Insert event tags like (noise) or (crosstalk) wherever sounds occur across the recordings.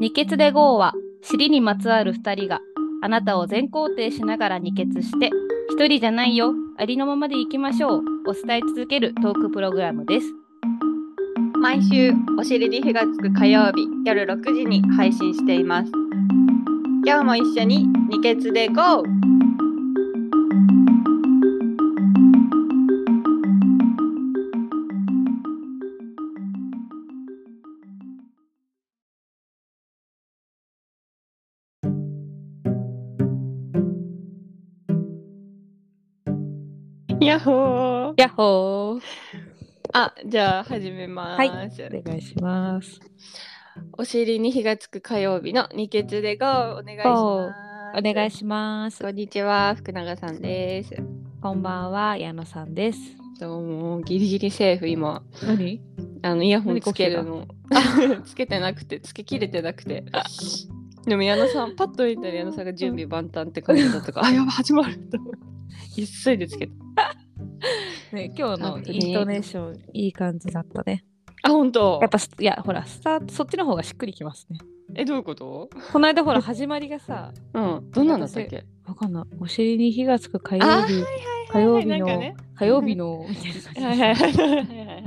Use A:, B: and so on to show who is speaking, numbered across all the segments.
A: 二血で GO は尻にまつわる2人があなたを全肯定しながら二血して一人じゃないよありのままでいきましょうを伝え続けるトークプログラムです
B: 毎週お尻に火がつく火曜日夜6時に配信しています今日も一緒に二血で GO! やっほー
A: やっほー
B: あじゃあ始めます、
C: お願いします。
B: お尻に火がつく火曜日の二血で GO! お願いします
A: おお願いします
B: こんにちは福永さんです
A: こんばんは矢野さんです
B: どうもギリギリセーフ今
C: 何
B: あのイヤホンつけるの (laughs) つけてなくてつけきれてなくてでも矢野さんパッと見たら矢野さんが準備万端って感じだった (laughs) からあやばい始まると思って急いでつけた
C: ね今日の
B: 本当に
C: イントネーションいい感じだったね。
B: あ本当
C: やっぱすいやほらスタートそっちの方がしっくりきますね。
B: えどういうこと
C: この間ほら始まりがさ
B: うんどんなんだったっけ
C: わかんないお尻に火がつく火
B: あ
C: 曜
B: はい
C: 日火
B: はい
C: 曜
B: はい
C: 日の、
B: なんかね
C: 火曜日のみたいな感じでしょ
B: はいはいはいはいはい (laughs) はい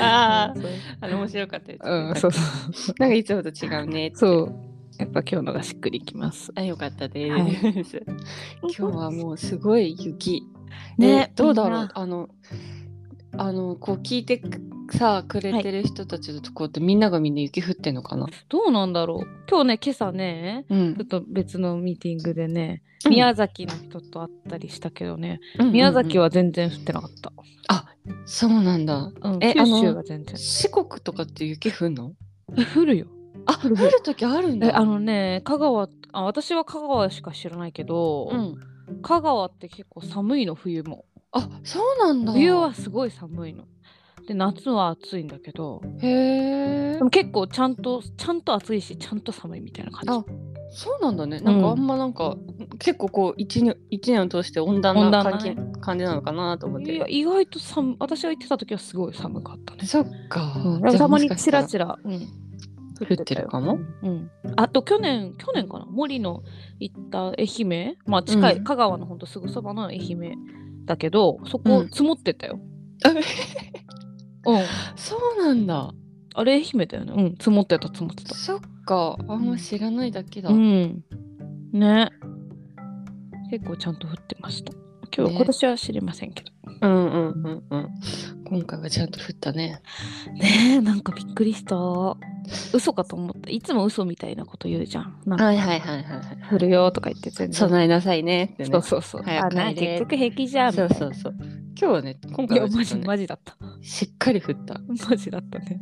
B: あ
C: そう
B: ああの面白かったやつ、
C: うんそうそうそう
B: なんかいつもと違うね
C: そうやっぱ今日のがしっくりきます。
B: あよかったです、
C: はい
B: (laughs) 今日はもうすごい雪
C: ね
B: どうだろ
C: みん
B: う
C: な
B: あのあのこう聞いてくさくれてる人たちのとこってみんながみんな雪降ってんのかな、
C: どうなんだろう今日ね今朝ね
B: うん
C: ちょっと別のミーティングでね、
B: うん
C: 宮崎の人と会ったりしたけどね、宮崎
B: は
C: は全然降ってなかった。
B: そうなんだ
C: うん
B: え
C: 九州
B: あ
C: は全然。
B: 四国とかって雪降んの
C: え降るよ。
B: あ降
C: る
B: る
C: 降る
B: 時あるん
C: え
B: だ
C: あのね香川あ私は香川しか知らないけど、
B: うん
C: 香川って結構寒いの冬も
B: あそうなんだ
C: 冬はすごい寒いので夏は暑いんだけど
B: へえ
C: でも結構ちゃんとちゃんと暑いしちゃんと寒いみたいな感
B: あそうなんだねなんかあんまなんか、結構こう一年一年を通して温暖
C: 温
B: な
C: 暖な
B: 感じ感じなのかなと思っ
C: じい
B: て
C: や意外と寒私が行ってた時はすごい寒かったね、
B: そっか、
C: うん、
B: じゃあ
C: たまに
B: もしかし
C: ち
B: た
C: ら
B: ら
C: ちらうん
B: 降ってるかも
C: うん、あと去年去年かな森の行った愛媛まあ近い、
B: うん
C: 香川のほんとすぐそばの愛媛だけどそこ
B: うん
C: 積もってたよ、うん、
B: そうなんだ
C: あれ愛媛だよねうん積もってた積もってた
B: そっか、あんま知らないだけだ。
C: うんね結構ちゃんと降ってました今日、
B: ね
C: 今年は知りませんけど
B: うんうんうんうん。今回はちゃんと降ったね。
C: ねえなんかびっくりした嘘かと思ったいつも嘘みたいなこと言うじゃんなんか
B: はいはいはいはいはい。
C: 降るよとか言って全然
B: 備えなさいねってね。
C: そうそうそう
B: 早
C: あ
B: く帰れ
C: な結局平気じゃんみた
B: そ
C: いうな
B: そうそう今日はね、今
C: い
B: 回
C: や
B: はちょ
C: マ
B: っ
C: ジ
B: と、ね、
C: マジだった (laughs)
B: しっかり降った。
C: マジだったね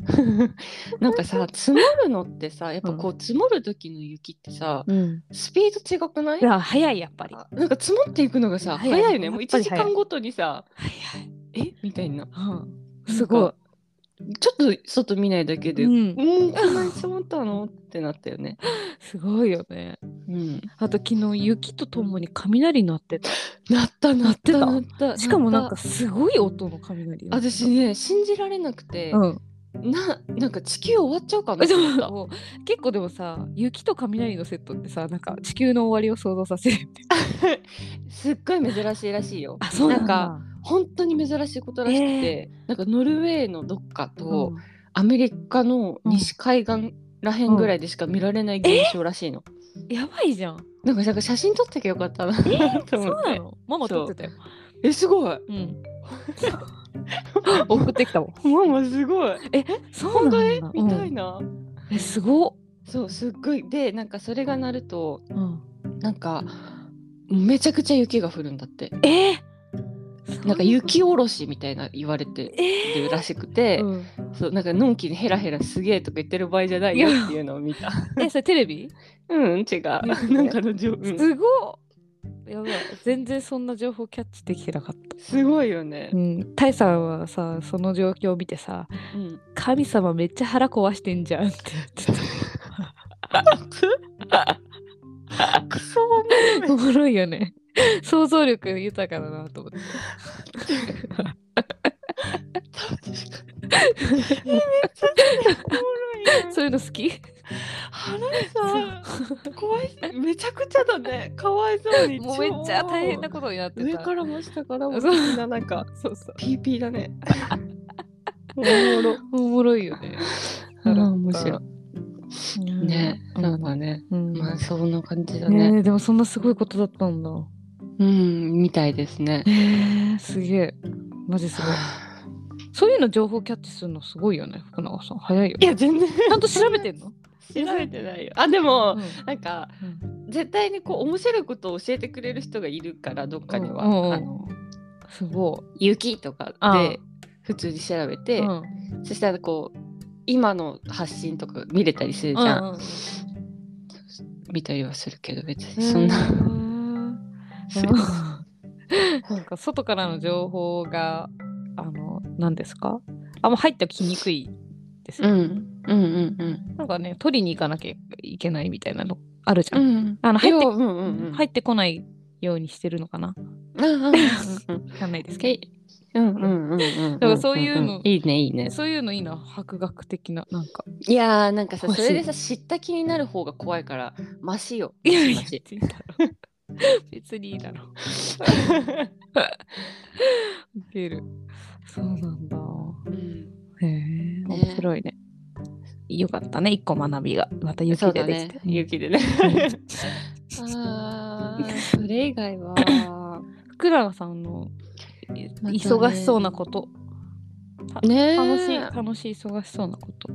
B: なんかさ、積もるのってさ、やっぱこう積もる時の雪ってさ、
C: うん
B: スピード違くない
C: いや早いやっぱり。
B: あなんか積もっていくのがさ、
C: 早
B: 早
C: い
B: いね。もう
C: やっぱ
B: 1
C: り
B: 時
C: 早い
B: 間ごとにさ、
C: 早い。
B: えみたいな。
C: うん、すごい。
B: ちょっと外見ないだけで、
C: う
B: も
C: ん
B: うこんなに積もったのってなったよね。
C: すごいよね。
B: うん。
C: あと昨日雪とともに雷鳴ってた。
B: なったなった
C: な
B: な
C: っ
B: った
C: しかもなんかすごい音の雷よ。
B: 私ね信じられなくて、
C: うん。
B: ななんか地球終わっちゃうかな
C: で
B: と思った
C: も結構でもさ雪と雷のセットってさなんか地球の終わりを想像させるみたいな。
B: すっごい珍しいらしいよ
C: あそうなんだ。
B: か本当に珍しいことらしくて、なんかノルウェーのどっかと、アメリカの西海岸らへんぐらいでしか見られない現象らしいの、
C: うんやばいじゃん。
B: なんかなんか写真撮ってきゃよかったなと
C: そう
B: 思っ
C: な
B: て
C: の。ママ撮ってたよ。
B: えすごい
C: うん。 (laughs) 送ってきたもん。
B: ママすごい
C: そう
B: 本
C: な
B: 当
C: ん
B: え
C: だ。
B: みた
C: う
B: い
C: ん
B: な、
C: えすごっ。
B: そうすっごいでなんかそれが鳴ると
C: うん。
B: なんかめちゃくちゃ雪が降るんだって
C: えー。
B: なんか雪おろしみたいな言われて
C: え
B: るらしくて、
C: うん
B: そうなんかのんきにヘラヘラすげえとか言ってる場合じゃないよっていうのを
C: (laughs)
B: 見た。
C: えそれテレビ
B: うん違う。 (laughs) なんかの情、うん
C: すごっやばい全然そんな情報キャッチできてなかった。
B: すごいよね
C: う。ん、タイさんはさその状況を見てさ
B: うん、
C: 「神様めっちゃ腹壊してんじゃん」って言って
B: くそ
C: (laughs)
B: 思
C: たおもろいよね想像力豊かだなと思って
B: った。確かにえめっちゃおもろいな。
C: そういうの好き
B: 花さん、怖い、めちゃくちゃだね。かわいそうに。
C: もうめっちゃ大変なことになって
B: 上
C: た。
B: からも下からも、
C: そう
B: みんななんか、
C: そうそう。
B: ピーピーだね。 (laughs) おもろ。
C: おもろいよね。
B: あら
C: 笑った
B: 面白い。ね、なんかね、
C: うん。
B: まあそんな感じだ
C: ね
B: ね。
C: えでもそんなすごいことだったんだ。
B: うん、みたいですね。
C: えー、すげえ。マジすごい。そういうの情報キャッチするのすごいよね、福永さん。早いよ。
B: いや、全然
C: ちゃんと調べてん
B: (laughs)
C: の、
B: 調べてないよ。あ、でも、
C: うん
B: なんか絶対にこう面白いことを教えてくれる人がいるからどっかには、
C: うんうんうん
B: あの
C: すご
B: 雪とか
C: ああ
B: で普通に調べ
C: い。
B: て、
C: うん
B: そしたらこう今の発信とか見れたりするじゃん、
C: うんうん
B: 見たりはするけど別
C: う
B: に
C: ん
B: そんな、 (laughs)
C: へーなんか外からの情報があの何ですかあんま入ってきにくいです
B: う
C: よ、
B: ん、うんうんうん
C: なんかね取りに行かなきゃいけないみたいなのあるじゃん、
B: ん
C: あの入って
B: 要はうんうんうん
C: 入ってこないようにしてるのかな
B: うんうんうんうん
C: わかんないですけ
B: えうんうんうんうん
C: だからそういうの
B: んんいいねいいね
C: どそういうのいいな博学的ななんか
B: いやーなんかさ
C: 欲し
B: そ
C: い
B: れでさ知った気になる方が怖いからマシよ
C: いやいや
B: マシ
C: 別にいいだろう (laughs) 別にいいだ
B: (laughs)
C: ろうウケるそうなんだ
B: うん
C: へえ面白いねよかったね一個学びがまた雪
B: そう
C: で
B: だ
C: できて、
B: ね。
C: (laughs)
B: 雪でね
C: うん。
B: ああ、それ以外は。
C: 福永さんのい
B: (laughs) またね
C: 忙しそうなこと、
B: ね
C: 楽しい楽しい忙しそうなこと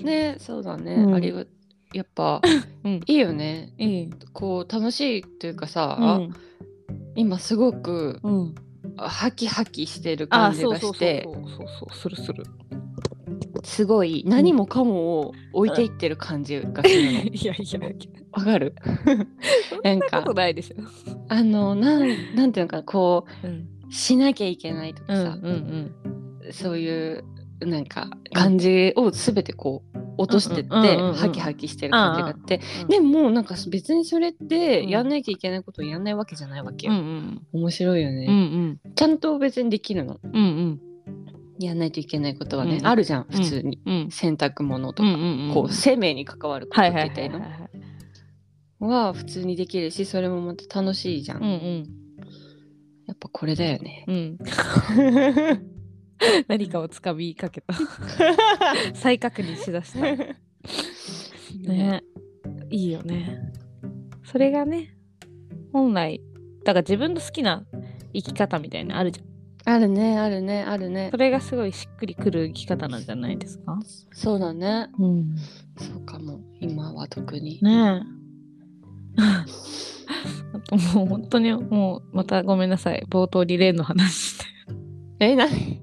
B: い。ねそうだね。
C: うん
B: ありがやっぱ、
C: うん
B: いいよね。
C: ええ
B: こう楽しいというかさ、
C: うん
B: 今すごく
C: うん
B: ハキハキしてる
C: あ
B: 感じ
C: そう
B: が
C: そうそう
B: し
C: そう
B: て
C: そうそうするす (laughs) る
B: すごい何もかもを置いていってる感じがするの
C: いやいや
B: わ
C: (laughs)
B: かるな
C: そ
B: ん
C: んなこ
B: か
C: とないでしょ、
B: あのなんなんていうのかなこ
C: うん、
B: うしなきゃいけないとか
C: うんう
B: さ、
C: ん
B: そういうなんか感じを全てこう落としてって
C: うんうんうんうん
B: ハキハキしてる感じがあって
C: うん
B: でもなんか別にそれって
C: うん
B: やんなきゃいけないことをやんないわけじゃないわけ
C: うんう
B: よ。
C: ん
B: 面白いよね、
C: うんうん
B: ちゃんと別にできるの。
C: うんうん
B: やんないといけないことはね、
C: うん
B: あるじゃん普通に、
C: うん
B: 洗濯物と
C: うん
B: か、
C: うんうん
B: こう生命に関わること
C: は
B: っ
C: い
B: て
C: は
B: 言
C: い
B: っ
C: は
B: たらい
C: い
B: いの
C: はい
B: は
C: はい
B: 普通にできるしそれもまた楽しいじゃん、
C: うん
B: やっぱこれだよね。
C: うんうん (laughs) 何かをつかみかけた再確認しだした (laughs) ねいいよねそれがね本来だから自分の好きな生き方みたいなのあるじゃん
B: あるねあるねあるね
C: それがすごいしっくりくる生き方なんじゃないですか
B: そうだね
C: うん
B: そうかも今は特に。
C: ねえあともう (laughs) 本当にもうまたごめんなさい冒頭にレーンの話して
B: (laughs) え何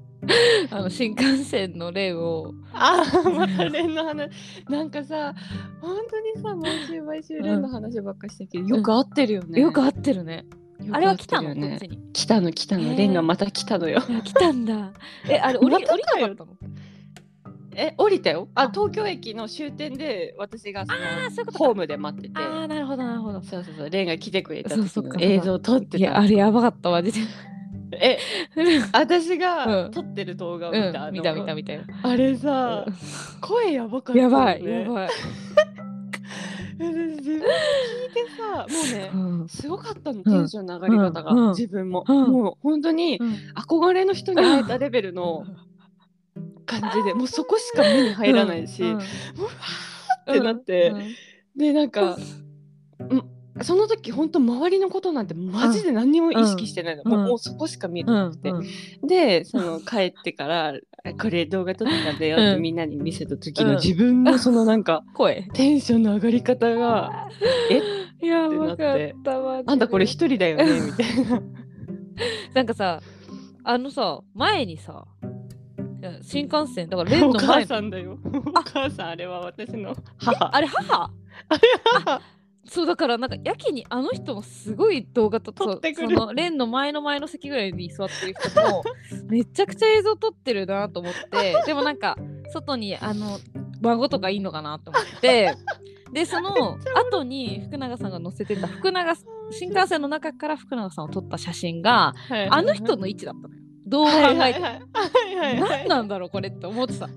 C: あの新幹線のレーンを
B: (laughs) あーまた蓮の話なんかさ本当にさ毎週毎週蓮の話ばっかしてるけど、よく合ってるよね。
C: よく
B: よ
C: 合ってるね
B: く
C: あれは来た
B: 合
C: の、
B: ってる
C: こ
B: よ
C: っ
B: ね
C: ちに
B: 来たの来たの
C: へー
B: 蓮がまた来た
C: (laughs)
B: のよ。
C: いや来たんだえあれ降り
B: ま
C: 降
B: た
C: り
B: か
C: な
B: よ
C: かったの
B: え降りたよ。
C: あ
B: あ東京駅の終点で私がそ
C: ああ
B: の
C: そういうことか
B: ホームで待ってて。
C: ああなるほどなる
B: (laughs)
C: ほど
B: そうそうそう蓮が来てくれた
C: そう
B: 時
C: そっ
B: の
C: か
B: 映像を撮って
C: いや
B: た
C: あ。れやばかったマ
B: (laughs)
C: ジで
B: え私
C: う
B: が
C: ん
B: 撮ってる動画を見た、
C: うん見た見た
B: 見
C: 見たよ
B: たあれさ
C: うん
B: 声やばかっ
C: (laughs)
B: た
C: や
B: よね、
C: ばいやばい
B: 自分聞いて (laughs) さもうね
C: うん
B: すごかったのテンションの上がり方が、
C: うんうん
B: 自分も、
C: うん
B: もう本当に憧れの人に会えたレベ
C: (laughs)
B: ルの感じで、もうそこしか目に入らないし、
C: う
B: もうんわーってなって、
C: うん
B: でなんか、うんその時本当周りのことなんてマジで何にも意識してないの、
C: うん
B: もう
C: うん
B: もうそこしか見えて
C: う
B: なく
C: ん
B: て、でその帰ってからこれ動画撮ったんだよっ
C: う
B: て
C: ん
B: みんなに見せた時の
C: うん
B: 自分のそのなんか
C: 声
B: テンションの上がり方が。
C: や
B: ばか
C: ば
B: った
C: かったマジで
B: あんたこれ一人だよねみたいな。
C: なんかさあのさ前にさいや新幹線だからレン
B: お
C: の
B: 母
C: 前
B: さんだよ。お母さんあれは私の母。
C: あれ母
B: 母
C: そうだからなんかやけにあの人もすごい動画と
B: 撮って
C: そ
B: くる
C: うそのレンの前の前の席ぐらいに座ってる人
B: (laughs)
C: もめちゃくちゃ映像撮ってるなと思ってでもなんか外にあの孫とかいいのかなと思ってでその後に福永さんが載せてた福永新幹線の中から福永さんを撮った写真が
B: はい
C: あの人の位置だったのよどう考
B: はいは
C: え
B: い
C: ても
B: はいはいは
C: 何
B: い。
C: なんだろうこれって思ってた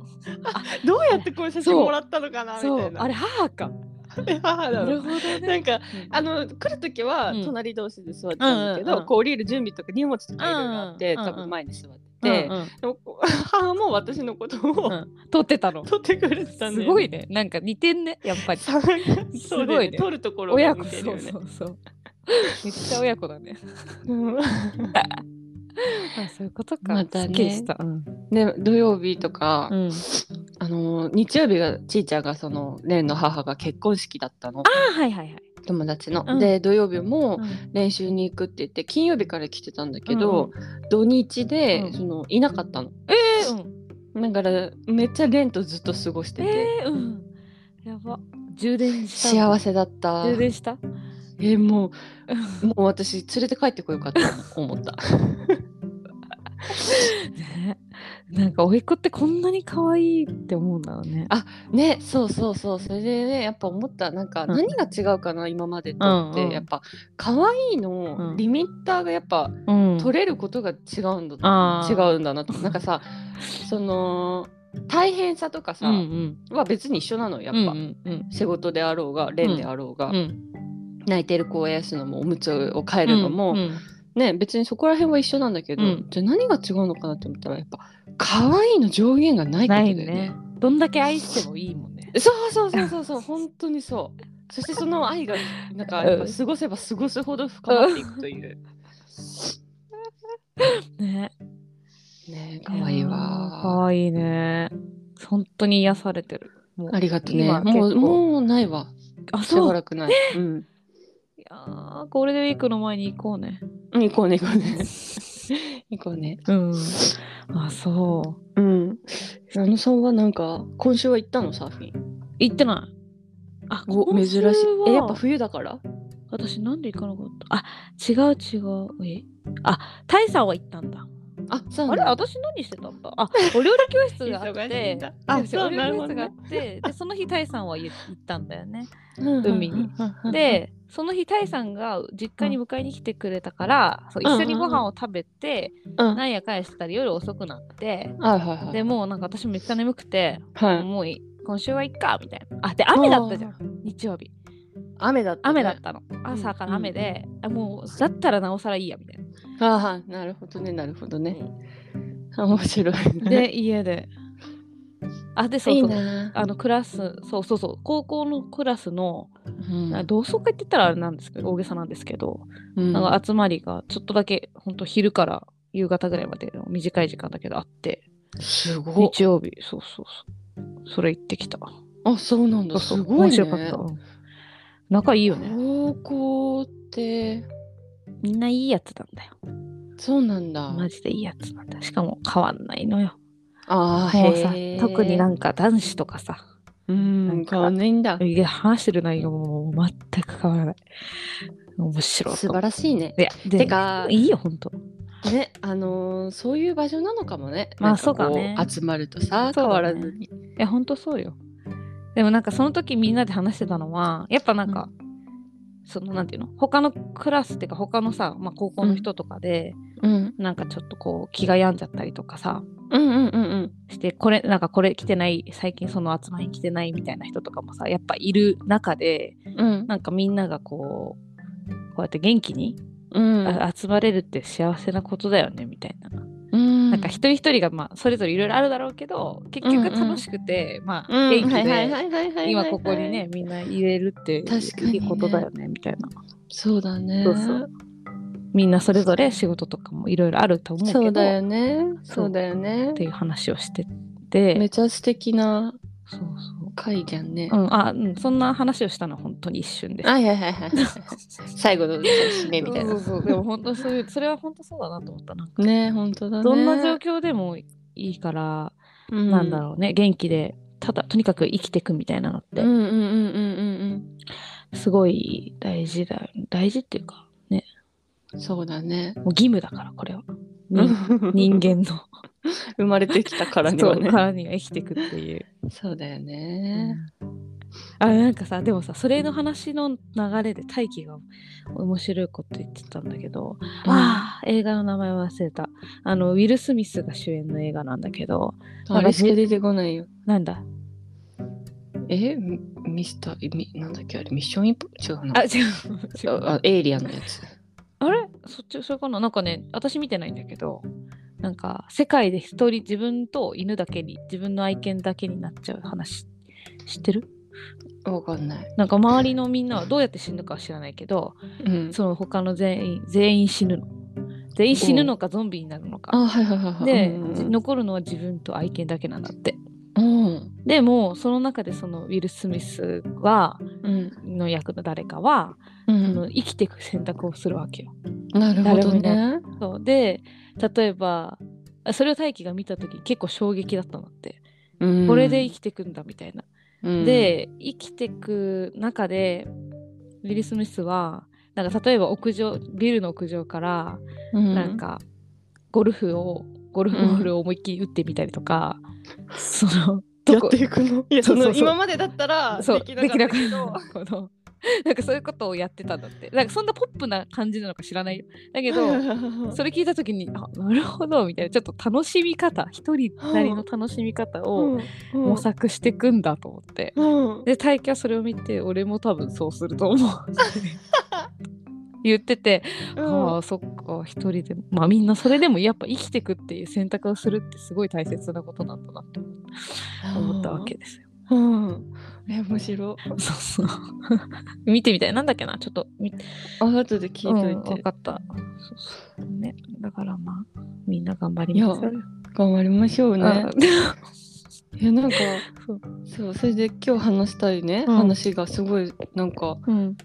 B: どうやってこういう写真もらったのかなみ
C: そ
B: たい
C: あ
B: うな。
C: れ母か
B: (laughs) 母な
C: なる
B: の
C: ほど
B: な
C: ね。
B: んか
C: うん
B: あの来る時は
C: うん
B: 隣同士で座ってたんだけ
C: うんうん
B: ど
C: うん
B: こう降りる準備とか荷物とかいろいろあって
C: うんうん
B: 多
C: うん
B: 分前に座って
C: で
B: て、でもこう母も私のこと
C: う
B: を
C: ん撮ってたの。
B: (laughs) 取ってくれてたん
C: す
B: だよ
C: ごいね。なんか似てんね、やっぱり。
B: そうだよね
C: すごいね
B: 取るところ
C: 親子
B: が似てる
C: そ
B: よ
C: う
B: ね
C: そうそう。めっちゃ親子だ
B: (laughs)
C: ね。
B: うん
C: あそういうことか。
B: またね
C: すっきりした。うん。
B: で土曜日とか、
C: うん
B: あの日曜日がちいちゃんがその蓮の母が結婚式だったの
C: あはいはいはい。
B: 友達の、
C: うん
B: で土曜日も
C: うん
B: 練習に行くって言って金曜日から来てたんだけど、土日で、
C: うん
B: そのいなかったの
C: えー、うん。
B: だからめっちゃ蓮とずっと過ごしてて、
C: えー、うん。やば。充電した。
B: 幸せだった
C: 充電した。
B: えもうもう私連れて帰ってこようかって思った
C: ね、なんか甥っ子ってこんなに可愛いって思うんだろうね。
B: ねそうそうそうそれでねやっぱ思ったなんか
C: うん
B: 何が違うかな、今までとって、
C: うんうん
B: やっぱ可愛いの、
C: うん
B: リミッターがやっぱ
C: うん
B: 取れることが違うんだ、
C: あー
B: 違うんだなとなんかさその大変さとかさ、
C: うん
B: は別に一緒なのよ
C: う
B: やっ
C: ん
B: ぱ、
C: うんうん
B: 仕事であろうが連であろうが、
C: うん
B: 泣いてる子をやすのもおむつを変え
C: う
B: る
C: ん
B: のも、
C: うん
B: ね別にそこら辺は一緒なんだけど、
C: うん
B: じゃあ何が違うのかなって思ったらやっぱ可愛いの上限がないこと
C: な
B: だよ
C: い
B: ね。
C: ね。どんだけ愛してもいいもんね。
B: そうそうそうそうそう本当にそう。そしてその愛がなんかやっぱ過ごせば過ごすほど深まっていくという。
C: ね。
B: ね可愛いわ。
C: 可愛いね。本当に癒されてる。もう
B: ありがとうね。
C: 今
B: もう
C: 結構
B: もうないわ。
C: あ
B: しば
C: う。
B: らくない。うん。
C: いやーゴールデンウィークの前に行こう (laughs) ね。
B: うん行こうね行こうね。行こうね。
C: うん。あそう。
B: うん。矢野さんはなんか今週は行ったのサーフィン。
C: 行ってない。あ
B: お珍しい
C: 今週。は
B: えやっぱ冬だから。
C: 私なんで行かなかったあ違う違うえあタイさんは行ったんだ
B: あそう
C: あ
B: なん
C: れ
B: だ
C: 私何してたんだあお料理教室が (laughs) あっ
B: 忙しいんだ
C: て
B: あ
C: 違う違う
B: そう
C: お料
B: なる
C: 理
B: ほ
C: 教室
B: どね
C: があってでその日タイさんは行ったんだよね
B: 海
C: 海に。でその日タイさんが実家に迎えに来てくれたから、そう一緒にご飯を食べて、
B: うんはい
C: なんやかんやしてたら夜遅くなって、
B: はいはい。
C: でもうなんか私めっちゃ眠くて、
B: はい。
C: もうい今週はいっかみたいなあで雨だったじゃん日曜日
B: 雨だった、
C: 雨だっ。たの朝から雨で、あもうだったらなおさらいいやみたいな
B: ああなるほどねなるほどね。あ面白い
C: (laughs)
B: ね。
C: で家で。あでそう
B: いい
C: そう
B: なあ。
C: あのクラスそうそうそう高校のクラスの、
B: うん
C: あ同窓会って言ったらあれなんですけど大げさなんですけど、
B: うん
C: なんか集まりがちょっとだけほんと昼から夕方ぐらいまでの短い時間だけどあって
B: すごい。
C: 日曜日そうそうそうそれ行ってきた
B: あそうなん
C: そ
B: だ。
C: うそ
B: す
C: う
B: ご
C: 面
B: いね。
C: 白かったうん仲いいよね
B: 高校って
C: みんないいやつなんだよ
B: そうなんだ。
C: マジでいいやつなんだよしかも変わんないのよ
B: ああ
C: もうさ
B: へえ
C: 特になんか男子とかさ
B: うん
C: なんか
B: 変わんないんだ。
C: いや話してる内容ももう全く変わらない。面白い。
B: 素晴らしいね。
C: いや、で
B: てか
C: いいよ、本当。
B: ねあのーそういう場所なのかもね。
C: まあ
B: なんこ
C: そうだね
B: 集まるとさ
C: そう
B: 変わ
C: だね
B: らずに。
C: いや、本当そうよ。でもなんかその時みんなで話してたのは、やっぱなんか、そのなんていうの、他のクラスっていうか、他のさ、まあ、高校の人とかで、
B: うん
C: なんかちょっとこう気が病んじゃったりとかさ、
B: うんうんうんうん。
C: して、これ、なんかこれ来てない、最近その集まり来てないみたいな人とかもさ、やっぱいる中で、
B: うん
C: なんかみんながこう、こうやって元気に、
B: うん
C: あ集まれるって幸せなことだよねみたいな
B: うん
C: なんか一人一人がまあそれぞれいろいろあるだろうけど結
B: うんう
C: 局
B: ん
C: 楽しくて、まあ
B: うん
C: 元気
B: は
C: で、
B: いはいはいはいはいはい
C: 今ここにねみんな入れるって
B: 確かにね
C: いいことだよねみたいな
B: そうだね
C: そうそうみんなそれぞれ仕事とかもいろいろあると思うけど
B: そうだよねそうだよね
C: っていう話をして
B: め
C: て
B: ちゃ素敵な
C: そうそ
B: 会じゃんね、
C: う、うん、あ、うん、そんな話をしたのは本当に一瞬です。 (laughs)
B: はいはいはいはい最後の締めみたい
C: そ
B: な
C: うそうそうでも本当そういうそれは本当そうだなと思ったなんか
B: ねえ本当だね
C: どんな状況でもいいから
B: うん
C: なんだろうね元気でただとにかく生きていくみたいなのっ
B: うん
C: て
B: うんうんうんうん
C: すごい大事だよ大事っていうか
B: うんそうだね
C: もう義務だからこれは
B: う (laughs)
C: 人
B: ん
C: 人間の
B: 生まれてきたからには
C: そう
B: ね
C: 殻には生きていくっていう、
B: そうだよね
C: あなんかさでもさそれの話の流れで大輝が面白いこと言ってたんだけど、あー映画の名前忘れたあのウィル・スミスが主演の映画なんだけど
B: あれしか出てこないよ
C: なんだ
B: えミミスターみなんだっけあれミッションインポ違う
C: あ
B: なあ
C: 違う違う
B: あエイリアンのやつ
C: あれそっちそれかななんかね私見てないんだけどなんか世界で一人自分と犬だけに自分の愛犬だけになっちゃう話知ってる
B: わかんない、
C: なんか周りのみんなはどうやって死ぬかは知らないけど
B: うん、
C: その他の全員全員死ぬの全員死ぬのかゾンビになるのか
B: あはいはいはいはい
C: で、
B: うん
C: じ残るのは自分と愛犬だけなんだって
B: うん
C: でもその中でそのウィル・スミスは
B: うん
C: の役の誰かは、そ
B: うん
C: の生きていく選択をするわけよ
B: なるほど
C: 誰も
B: ね
C: そうで例えばあそれを大輝が見た時結構衝撃だったんだって、
B: うん
C: これで生きてくんだみたいな、
B: うん
C: で生きてく中でウィル・スミスはなんか例えば屋上ビルの屋上から
B: う
C: なんかゴルフをゴルフボールを思いっきり打ってみたりとか、そ
B: (laughs)
C: の
B: や
C: どこ
B: っていくのいや
C: そうそうそう
B: 今までだったら
C: そう
B: できなかったけ
C: できな
B: ど
C: か
B: (laughs)
C: ったけどなんかそういうことをやってたんだってなんかそんなポップな感じなのか知らないよだけど
B: (laughs)
C: それ聞いた時にあなるほどみたいなちょっと楽しみ方一人なりの楽しみ方を模索していくんだと思って、
B: うん
C: で大輝はそれを見て俺も多分そうすると思う言ってて、ああそっか一人でまあみんなそれでもやっぱ生きてくっていう選択をするってすごい大切なことなんだなって思ったわけですよ。
B: うんえ面白い
C: そう (laughs) そう見てみたいなんだっけなちょっと見
B: あ後で聞いとい
C: 分
B: て
C: かったそうそう、ね、だからまあみんな頑張りましょうよ
B: 頑張りましょうね
C: あ
B: いやなんか
C: そう
B: そうそれで今日話したいね
C: うん
B: 話がすごいなんか
C: うん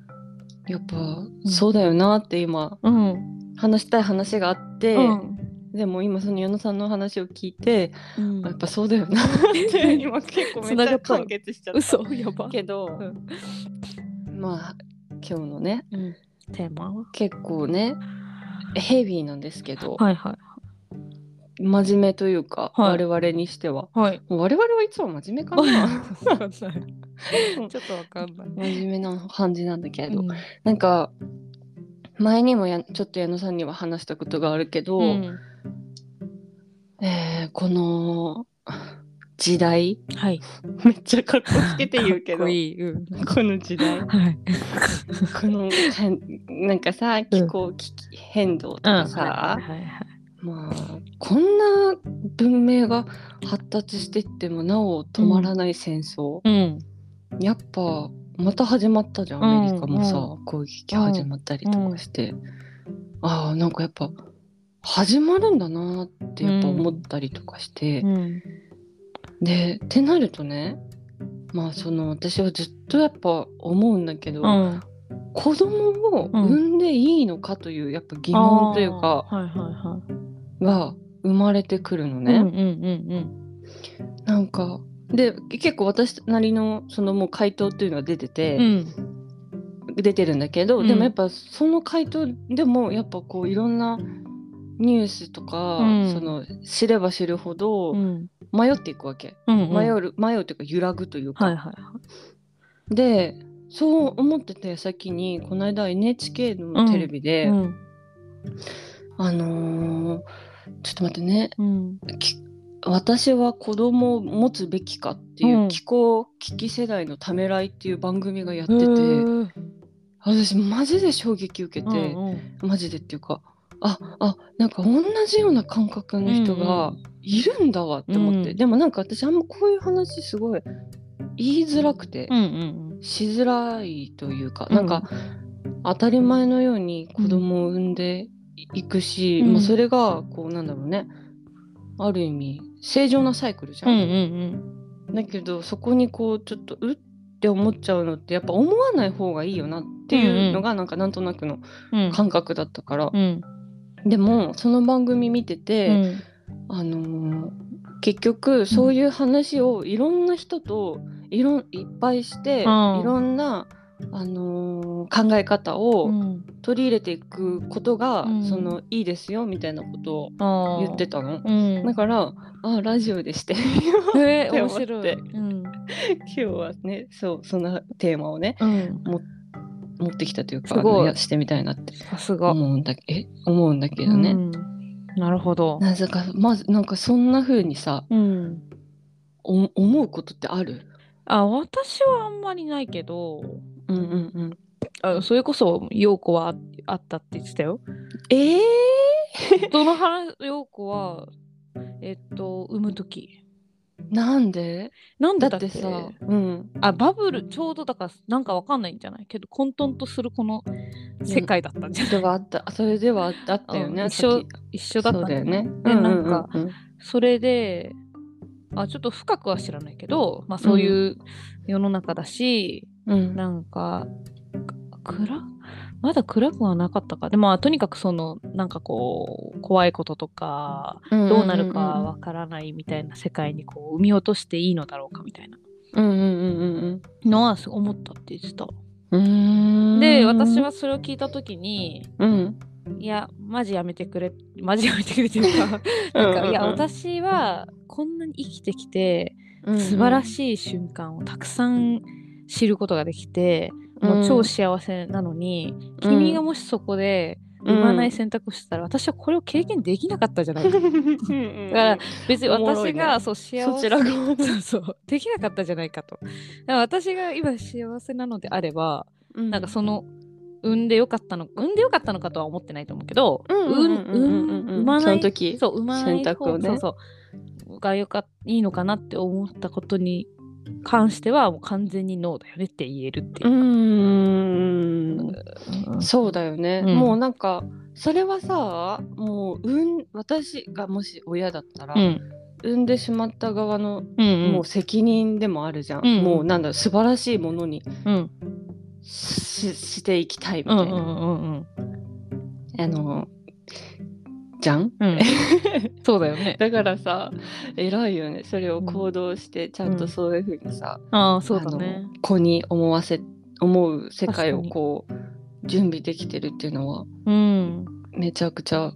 C: (laughs)
B: やっぱそうだよなって今
C: うん
B: 話したい話があって
C: うん
B: でも今その矢野さんの話を聞いて
C: うん
B: やっぱそうだ (laughs) よなって今結構めっ
C: 繋
B: ち
C: が
B: ゃ
C: った
B: 完結しちゃった
C: 嘘やば
B: けど
C: うん
B: まあ今日のね
C: テーマは
B: 結構ねヘビーなんですけど、
C: はいはい
B: 真面目というか、
C: はい
B: 我々にしては
C: はい
B: もう我々はいつも真面目かな
C: わ (laughs) かんないちょっとわかんない
B: (laughs) 真面目な感じなんだけど、なんか前にもやちょっと矢野さんには話したことがあるけど、
C: うん
B: えーこの時代
C: はい
B: めっちゃかっこつけて言うけ
C: (laughs) かっこ
B: どこ
C: いいうん
B: の時代こ
C: はい
B: のかんなんかさ気候危機変動とかさ、
C: はいはい
B: まあこんな文明が発達してってもなお止まらない戦争、
C: うん
B: やっぱまた始まったじゃん
C: うん
B: アメリカもさ、攻撃始まったりとかして、ああなんかやっぱ始まるんだなってやっぱ思ったりとかして、
C: うん
B: でってなるとねまあその私はずっとやっぱ思うんだけど、
C: うん
B: 子供を産んでいいのかというやっぱ疑問というか
C: あーはいはいはい
B: が生まれてくるのね。
C: うんうんうん
B: なんかで結構私なりのそのもう回答っていうのは出て
C: うんう
B: て、
C: ん
B: 出てるんだけど、
C: うん
B: でもやっぱその回答でもやっぱこういろんなニュースとか、
C: うん
B: その知れば知るほど
C: うん
B: 迷っていくわけ、
C: うん
B: 迷う迷うというか揺らぐというか、
C: はいはい
B: でそう思ってた矢先にこの間 NHK のテレビで、
C: うん
B: あのーちょっと待ってね
C: うん
B: き私は子供を持つべきかっていう、
C: うん
B: 気候危機世代のためらいっていう番組がやって
C: う
B: て、
C: ん
B: 私マジで衝撃受けて、
C: うん
B: マジでっていうかああなんか同じような感覚の人がいるんだわって思って、
C: うん
B: でもなんか私あんまこういう話すごい言いづらくて、
C: うんうん
B: しづらいというか、
C: うん
B: なんか当たり前のように子供を産んでいくし、
C: うん
B: まあ、それがこうなんだろうねある意味正常なサイクルじゃ
C: うん
B: ん。
C: うん
B: だけどそこにこうちょっとうって思っちゃうのってやっぱ思わない方がいいよなっていうのがなんかなんとなくの
C: うん
B: 感覚だったから、
C: うん
B: でもその番組見て
C: う
B: て、
C: ん
B: あのー結局そういう話をいろんな人といろんいっぱいして、
C: うん
B: いろんな、あのー考え方
C: う
B: を
C: ん
B: 取り入れていくことが、
C: うん
B: そのいいですよみたいなことを
C: あー
B: 言ってたの。
C: うん (laughs)
B: だからあラジオでしてみよう
C: えー、
B: って
C: 面
B: 思って
C: 白い。うん。
B: 今日はねそうそんなテーマをね
C: うん。
B: 持ってきたというか
C: すごい
B: あのやしてみたいなって
C: さすが。
B: 思うんだえ思うんだけ
C: う
B: どね。
C: んなるほど。
B: なぜかまずなんかそんな風にさ
C: うん。
B: お思うことってある
C: あ私はあんまりないけど
B: うんうんうん。
C: あそれこそ陽子はああったって言ってたよ。
B: ええ
C: (laughs) どの原陽子はえっと産む時
B: なんで
C: なん
B: だ
C: で
B: っ
C: だってて
B: さ
C: さ、
B: うん。
C: あバブルちょうどだからなんかわかんないんじゃないけど混沌とするこの世界だったんじゃない、
B: ではあった、それではあったよね。
C: うん
B: さっき
C: 一緒だった
B: そ
C: ん
B: う
C: じ
B: だ
C: ゃ
B: よ
C: ない
B: ね。
C: でなんか
B: うんうんうんうん
C: それであちょっと深くは知らないけど、まあ、そういう世の中だし、
B: うん
C: なんかく暗まだ暗くはなかったかでもまあとにかくそのなんかこう怖いこととかどうなるかわからないみたいな世界にこう産み落としていいのだろうかみたいな
B: うんうんうんうん
C: のはすごい思ったって言ってた。
B: うんうん
C: で私はそれを聞いた時に
B: うん
C: いやマジやめてくれ (laughs) マジやめてくれっていうかなんかいや私はこんなに生きてきて素晴ら
B: い
C: しい瞬間をたくさん知ることができて、もう超幸せなのに、君がもしそこで産まない選択をしてたら、私はこれを経験できなかったじゃないか (laughs) だから別に
B: おもろい
C: 私
B: ね
C: が、そう幸せ
B: そちら側の
C: (laughs) そうそうできなかったじゃないかとだから私が今幸せなのであれば、なんかその産んでよかったの産んでよかったのかとは思ってないと思うけど、
B: うんうんうんうんうんう
C: 産産
B: ん
C: まない
B: その時
C: そう産まない
B: 選択をね
C: そうそうがよかいいのかなって思ったことに関してはもう完全にノーだよねって言えるっていうう、
B: ん
C: うん
B: そうだよね、
C: うん
B: もうなんかそれはさもううん私がもし親だったら、
C: うん
B: 産んでしまった側の、
C: うん
B: もう責任でもあるじゃん、
C: うん
B: もうなんだろう素晴らしいものに
C: うん
B: ししていきたいみ
C: う
B: たい
C: ん
B: な、
C: うんうん
B: あのじゃん
C: うん
B: (laughs)
C: そうだよね
B: だからさ偉いよねそれを行動してちゃんとそういうふうにさ、
C: ああそうだね
B: あの子に思わせ思う世界
C: 確
B: を
C: かに
B: こう準備できてるっていうのは
C: うん
B: めちゃくちゃ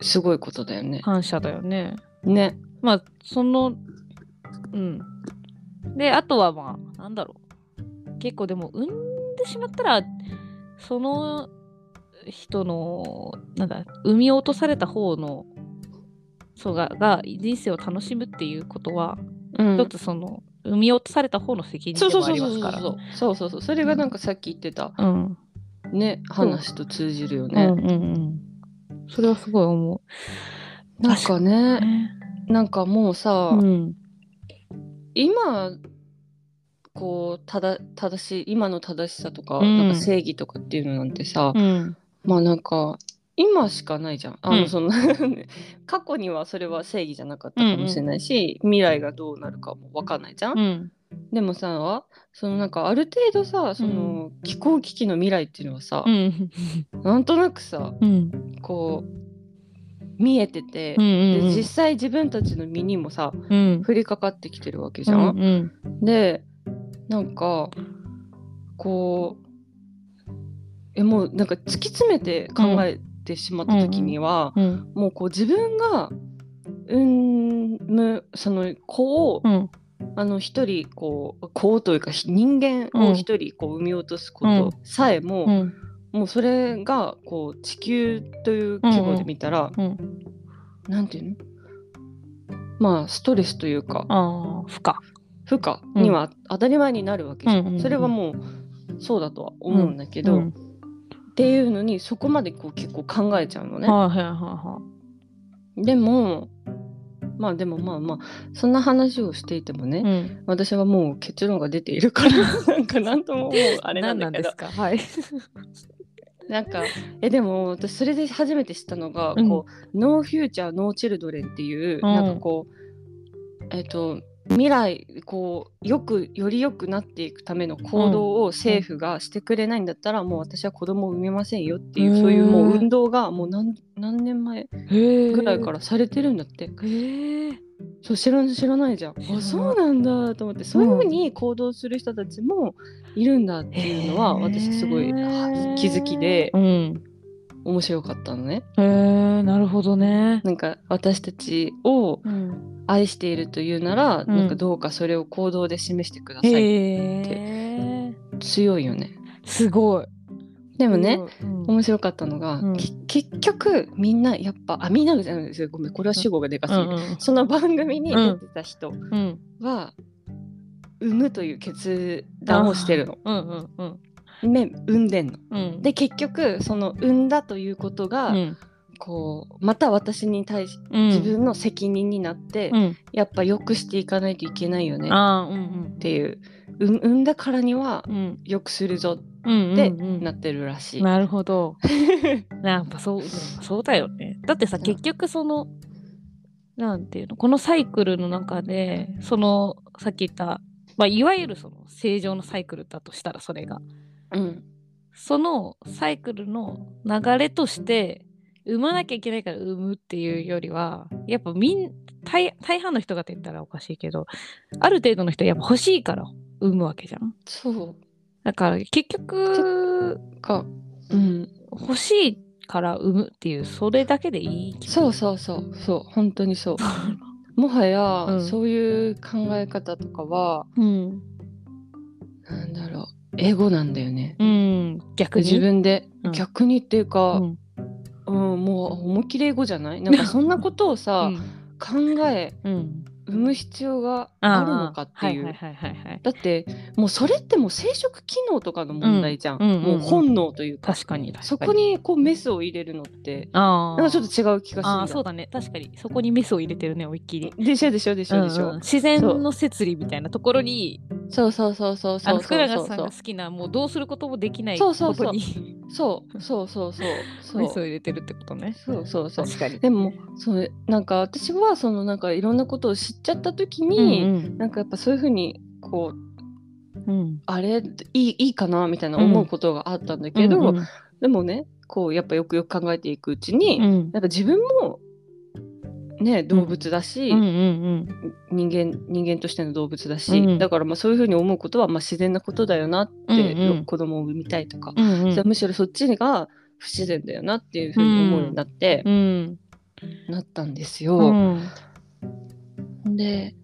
B: すごいことだよね。
C: 感謝だよね
B: ね。
C: まあそのうんであとはまあなんだろう結構でも産んでしまったらその人のなんだ産み落とされた方のそうがが人生を楽しむっていうことは、
B: うん
C: 一つその産み落とされた方の責
B: そ
C: 任
B: う
C: で
B: そう
C: もあ
B: そう
C: り
B: そ
C: ますか
B: うそう
C: ら
B: そうそうそうそれがなんかさっき言ってた
C: うん
B: ね話と通じるよね
C: うん。うんうんそれはすごい思う
B: なんかね
C: ね
B: なんかもうさ、
C: うん
B: 今こうただ正しい今の正しさとか,、
C: うん
B: なんか正義とかっていうのなんてさ、
C: うん
B: まあなんか今しかないじゃん。あ
C: う
B: の
C: ん
B: その (laughs) 過去にはそれは正義じゃなかったかもしれないし、未来がどうなるかもわかんないじゃん。
C: うん
B: でもさそのなんかある程度さその、気候危機の未来っていうのはさ
C: う、ん
B: なんとなくさ
C: うん
B: こう見えてて、
C: うんうんうん
B: で実際自分たちの身にもさ
C: うん
B: 降りかかってきてるわけじゃ。
C: うんん
B: でなんかこうえもうなんか突き詰めて考えてしまった時には、
C: うん
B: もうこう自分が産むその子を、
C: うん
B: あの一人こう子というかひ人間を一人こう産み落とすことさえも、
C: うん
B: もうそれがこう地球という規模で見たら、
C: うん
B: なんていうのまあストレスというか
C: ああ負荷
B: 負荷には当たり前になるわけじ
C: う
B: ゃん、
C: んうんうん
B: それはもうそうだとは思うんだけど、
C: うん
B: っていうのにそこまでこう結構考えちゃうのね。
C: はいはいはいは
B: でもまあでもまあまあそんな話をしていてもね、
C: いうん
B: 私はもう結論が出ているから (laughs) なんか何とももうあれなんだけど
C: かはい
B: なんかえでも私それで初めて知ったのが、
C: うん
B: こうノーフューチャーノーチルドレンっていう、
C: ん
B: なんかこうえっ、と未来こうよくより良くなっていくための行動を政府がしてくれないんだったら、もう私は子供を産めませんよっていう、
C: へー
B: そういうもう運動がもう何何年前
C: ぐ
B: (laughs) ぐらいからされてるんだって。
C: へえ
B: そう知ら知らないじゃん
C: 知らな
B: あ
C: い
B: そうなんだと思ってそういうふうに行動する人たちもいるんだっていうのは
C: へー
B: 私すごいは気づきで
C: うん
B: 面白かったのね
C: へえなるほどね
B: なんか私たちを
C: うん
B: 愛しているというなら、
C: うん
B: なんかどうかそれを行動で示してください
C: へえ
B: 強いよね
C: すごいで
B: でもね、
C: うん
B: 面白かったのが、
C: うん
B: き結局みんなやっぱあみんなじゃないですよごめんこれは主語がでかすぎる、
C: うん
B: その番組に出てた人
C: うん
B: は、産むという決断をしてるの。
C: うんうんうん
B: ね産んでんの。
C: うん
B: で結局その産んだということが、
C: うん
B: こうまた私に対し
C: うん
B: 自分の責任になって、
C: うん
B: やっぱ良くしていかないといけないよねっ
C: ああうんうん
B: ていううん産んだからには
C: うん
B: 良くするぞ
C: うん
B: って
C: うんうん
B: なってるらしい。
C: なるほ (laughs) どやっぱそうそうだよねだってさ
B: うん
C: 結局そのなんていうのこのサイクルの中でそのさっき言った、まあ、いわゆるその正常のサイクルだとしたらそれが
B: うん
C: そのサイクルの流れとして産まなきゃいけないから産むっていうよりはやっぱみん大大半の人がって言ったらおかしいけどある程度の人はやっぱ欲しいから産むわけじゃん。
B: そ
C: だから結局
B: うか、うん、
C: 欲しいから産むっていうそれだけでいい気が
B: そうそうそうそう本当
C: (laughs)
B: にそう。もはや、
C: うん
B: そういう考え方とかは
C: うん、
B: なんだろうエゴなんだよね。
C: うん、逆に
B: 自分で、
C: うん
B: 逆にっていうか、
C: うん
B: うん、もう思いっきり英語じゃないなんかそんなことを
C: う
B: さ、
C: ん
B: 考え
C: うん、
B: 生む必要があるのかっていう、
C: あーはいはいはいはいはい
B: だってもうそれってもう生殖機能とかの問題じゃ
C: う
B: ん,、
C: んうんうんうん
B: もう本能というか
C: 確かに確かに
B: そこにこうメスを入れるのって
C: あー
B: なんかちょっと違う気がするんだ
C: あーそうだね確かにそこにメスを入れてるね思いっきり
B: でしょでしょでしょでしょ、
C: うんうん自然の摂理みたいなところに
B: そうそうそうそう
C: あ
B: そ
C: の
B: う
C: 福
B: そう
C: 永
B: そう
C: さん
B: そ
C: が
B: う
C: 好きなもうどうすることもできない
B: そ
C: こ
B: うそうそう
C: とに
B: そうそうそうそう
C: メス
B: そ
C: を
B: う
C: 入れてるってことね。
B: そうそうそう
C: 確かに。
B: でもそれなんか私はそのなんかいろんなことを知っちゃった時に、
C: うん
B: なんかやっぱそういうふうにこう
C: うん
B: あれいいいいかなみたいな思うことがあったんだけど、
C: うんうん
B: でもねこうやっぱよくよく考えていくうちに、
C: うん
B: やっぱ自分もね動物だし、
C: うんうん
B: 人間人間としての動物だし、
C: うん
B: だからまあそういうふうに思うことはまあ自然なことだよなって、
C: うんうん
B: 子供を産みたいとか、
C: うんうん
B: じゃあむしろそっちが不自然だよなっていうふうに思うようになって、
C: うん
B: なったんです
C: う
B: よ。
C: ん
B: で